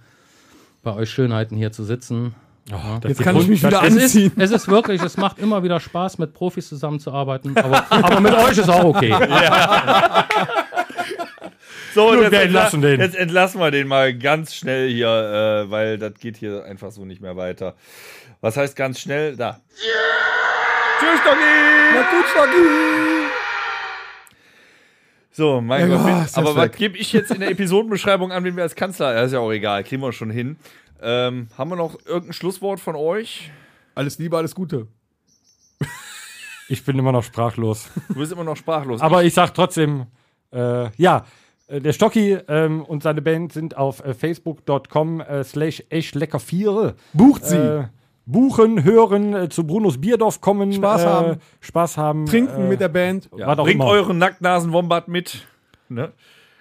Speaker 5: bei euch Schönheiten hier zu sitzen
Speaker 2: das Jetzt ist kann ich mich wieder
Speaker 5: es ist,
Speaker 2: anziehen.
Speaker 5: es ist wirklich, es macht immer wieder Spaß, mit Profis zusammenzuarbeiten. Aber, aber mit euch ist auch okay.
Speaker 3: So,
Speaker 5: Nun,
Speaker 3: und jetzt,
Speaker 5: wir
Speaker 3: entla
Speaker 5: entlassen den.
Speaker 3: jetzt entlassen wir den mal ganz schnell hier, äh, weil das geht hier einfach so nicht mehr weiter. Was heißt ganz schnell? Da. Tschüss, Doggy!
Speaker 4: Na gut, Doggy!
Speaker 3: So, mein
Speaker 4: Ja,
Speaker 3: Gott.
Speaker 4: ja,
Speaker 3: wen-
Speaker 4: ist das
Speaker 3: aber was
Speaker 4: weg.
Speaker 3: gebe ich jetzt in der Episodenbeschreibung an, wen wir als Kanzler? Ja, ist ja auch egal, kriegen wir schon hin. Ähm, haben wir noch irgendein Schlusswort von euch?
Speaker 4: Alles Liebe, alles Gute.
Speaker 2: Ich bin immer noch sprachlos.
Speaker 3: Du bist immer noch sprachlos.
Speaker 2: Aber ich sag trotzdem, äh, ja, äh, der Stocki ähm, und seine Band sind auf äh, facebook.com äh, slash echtleckerviere.
Speaker 4: Bucht sie.
Speaker 2: Äh, buchen, hören, äh, zu Brunos Bierdorf kommen.
Speaker 4: Spaß
Speaker 2: äh,
Speaker 4: haben.
Speaker 2: Spaß haben.
Speaker 4: Trinken
Speaker 2: äh,
Speaker 4: mit der Band.
Speaker 2: Ja, was auch
Speaker 3: bringt
Speaker 2: immer.
Speaker 3: euren Nacktnasen-Wombat mit. Ne?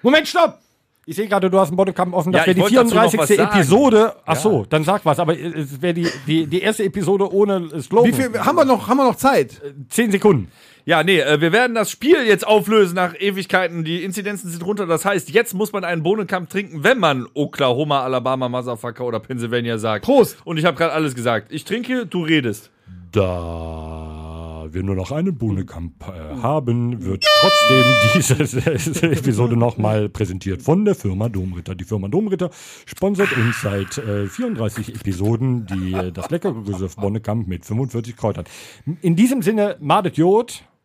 Speaker 2: Moment, stopp! Ich sehe gerade, du hast einen Bodycam offen. Das
Speaker 3: Ja,
Speaker 2: wäre
Speaker 3: ich
Speaker 2: die
Speaker 3: wollte dazu noch was
Speaker 2: 34.
Speaker 3: sagen.
Speaker 2: Episode. Ach so, dann sag was. Aber es wäre die, die, die erste Episode ohne Slogan.
Speaker 4: Wie viel, haben, wir noch, haben wir noch Zeit?
Speaker 2: Zehn Sekunden.
Speaker 3: Ja, nee, äh, wir werden das Spiel jetzt auflösen nach Ewigkeiten. Die Inzidenzen sind runter. Das heißt, jetzt muss man einen Bohnenkampf trinken, wenn man Oklahoma, Alabama, Motherfucker oder Pennsylvania sagt.
Speaker 4: Prost!
Speaker 3: Und ich habe gerade alles gesagt. Ich trinke, du redest.
Speaker 2: Da wir nur noch einen Bohnekamp äh, haben, wird trotzdem diese Episode nochmal präsentiert von der Firma Domritter. Die Firma Domritter sponsert uns seit äh, 34 Episoden die, äh, das leckere Gesöff Bonnekamp mit 45 Kräutern. In diesem Sinne, Madet Jod.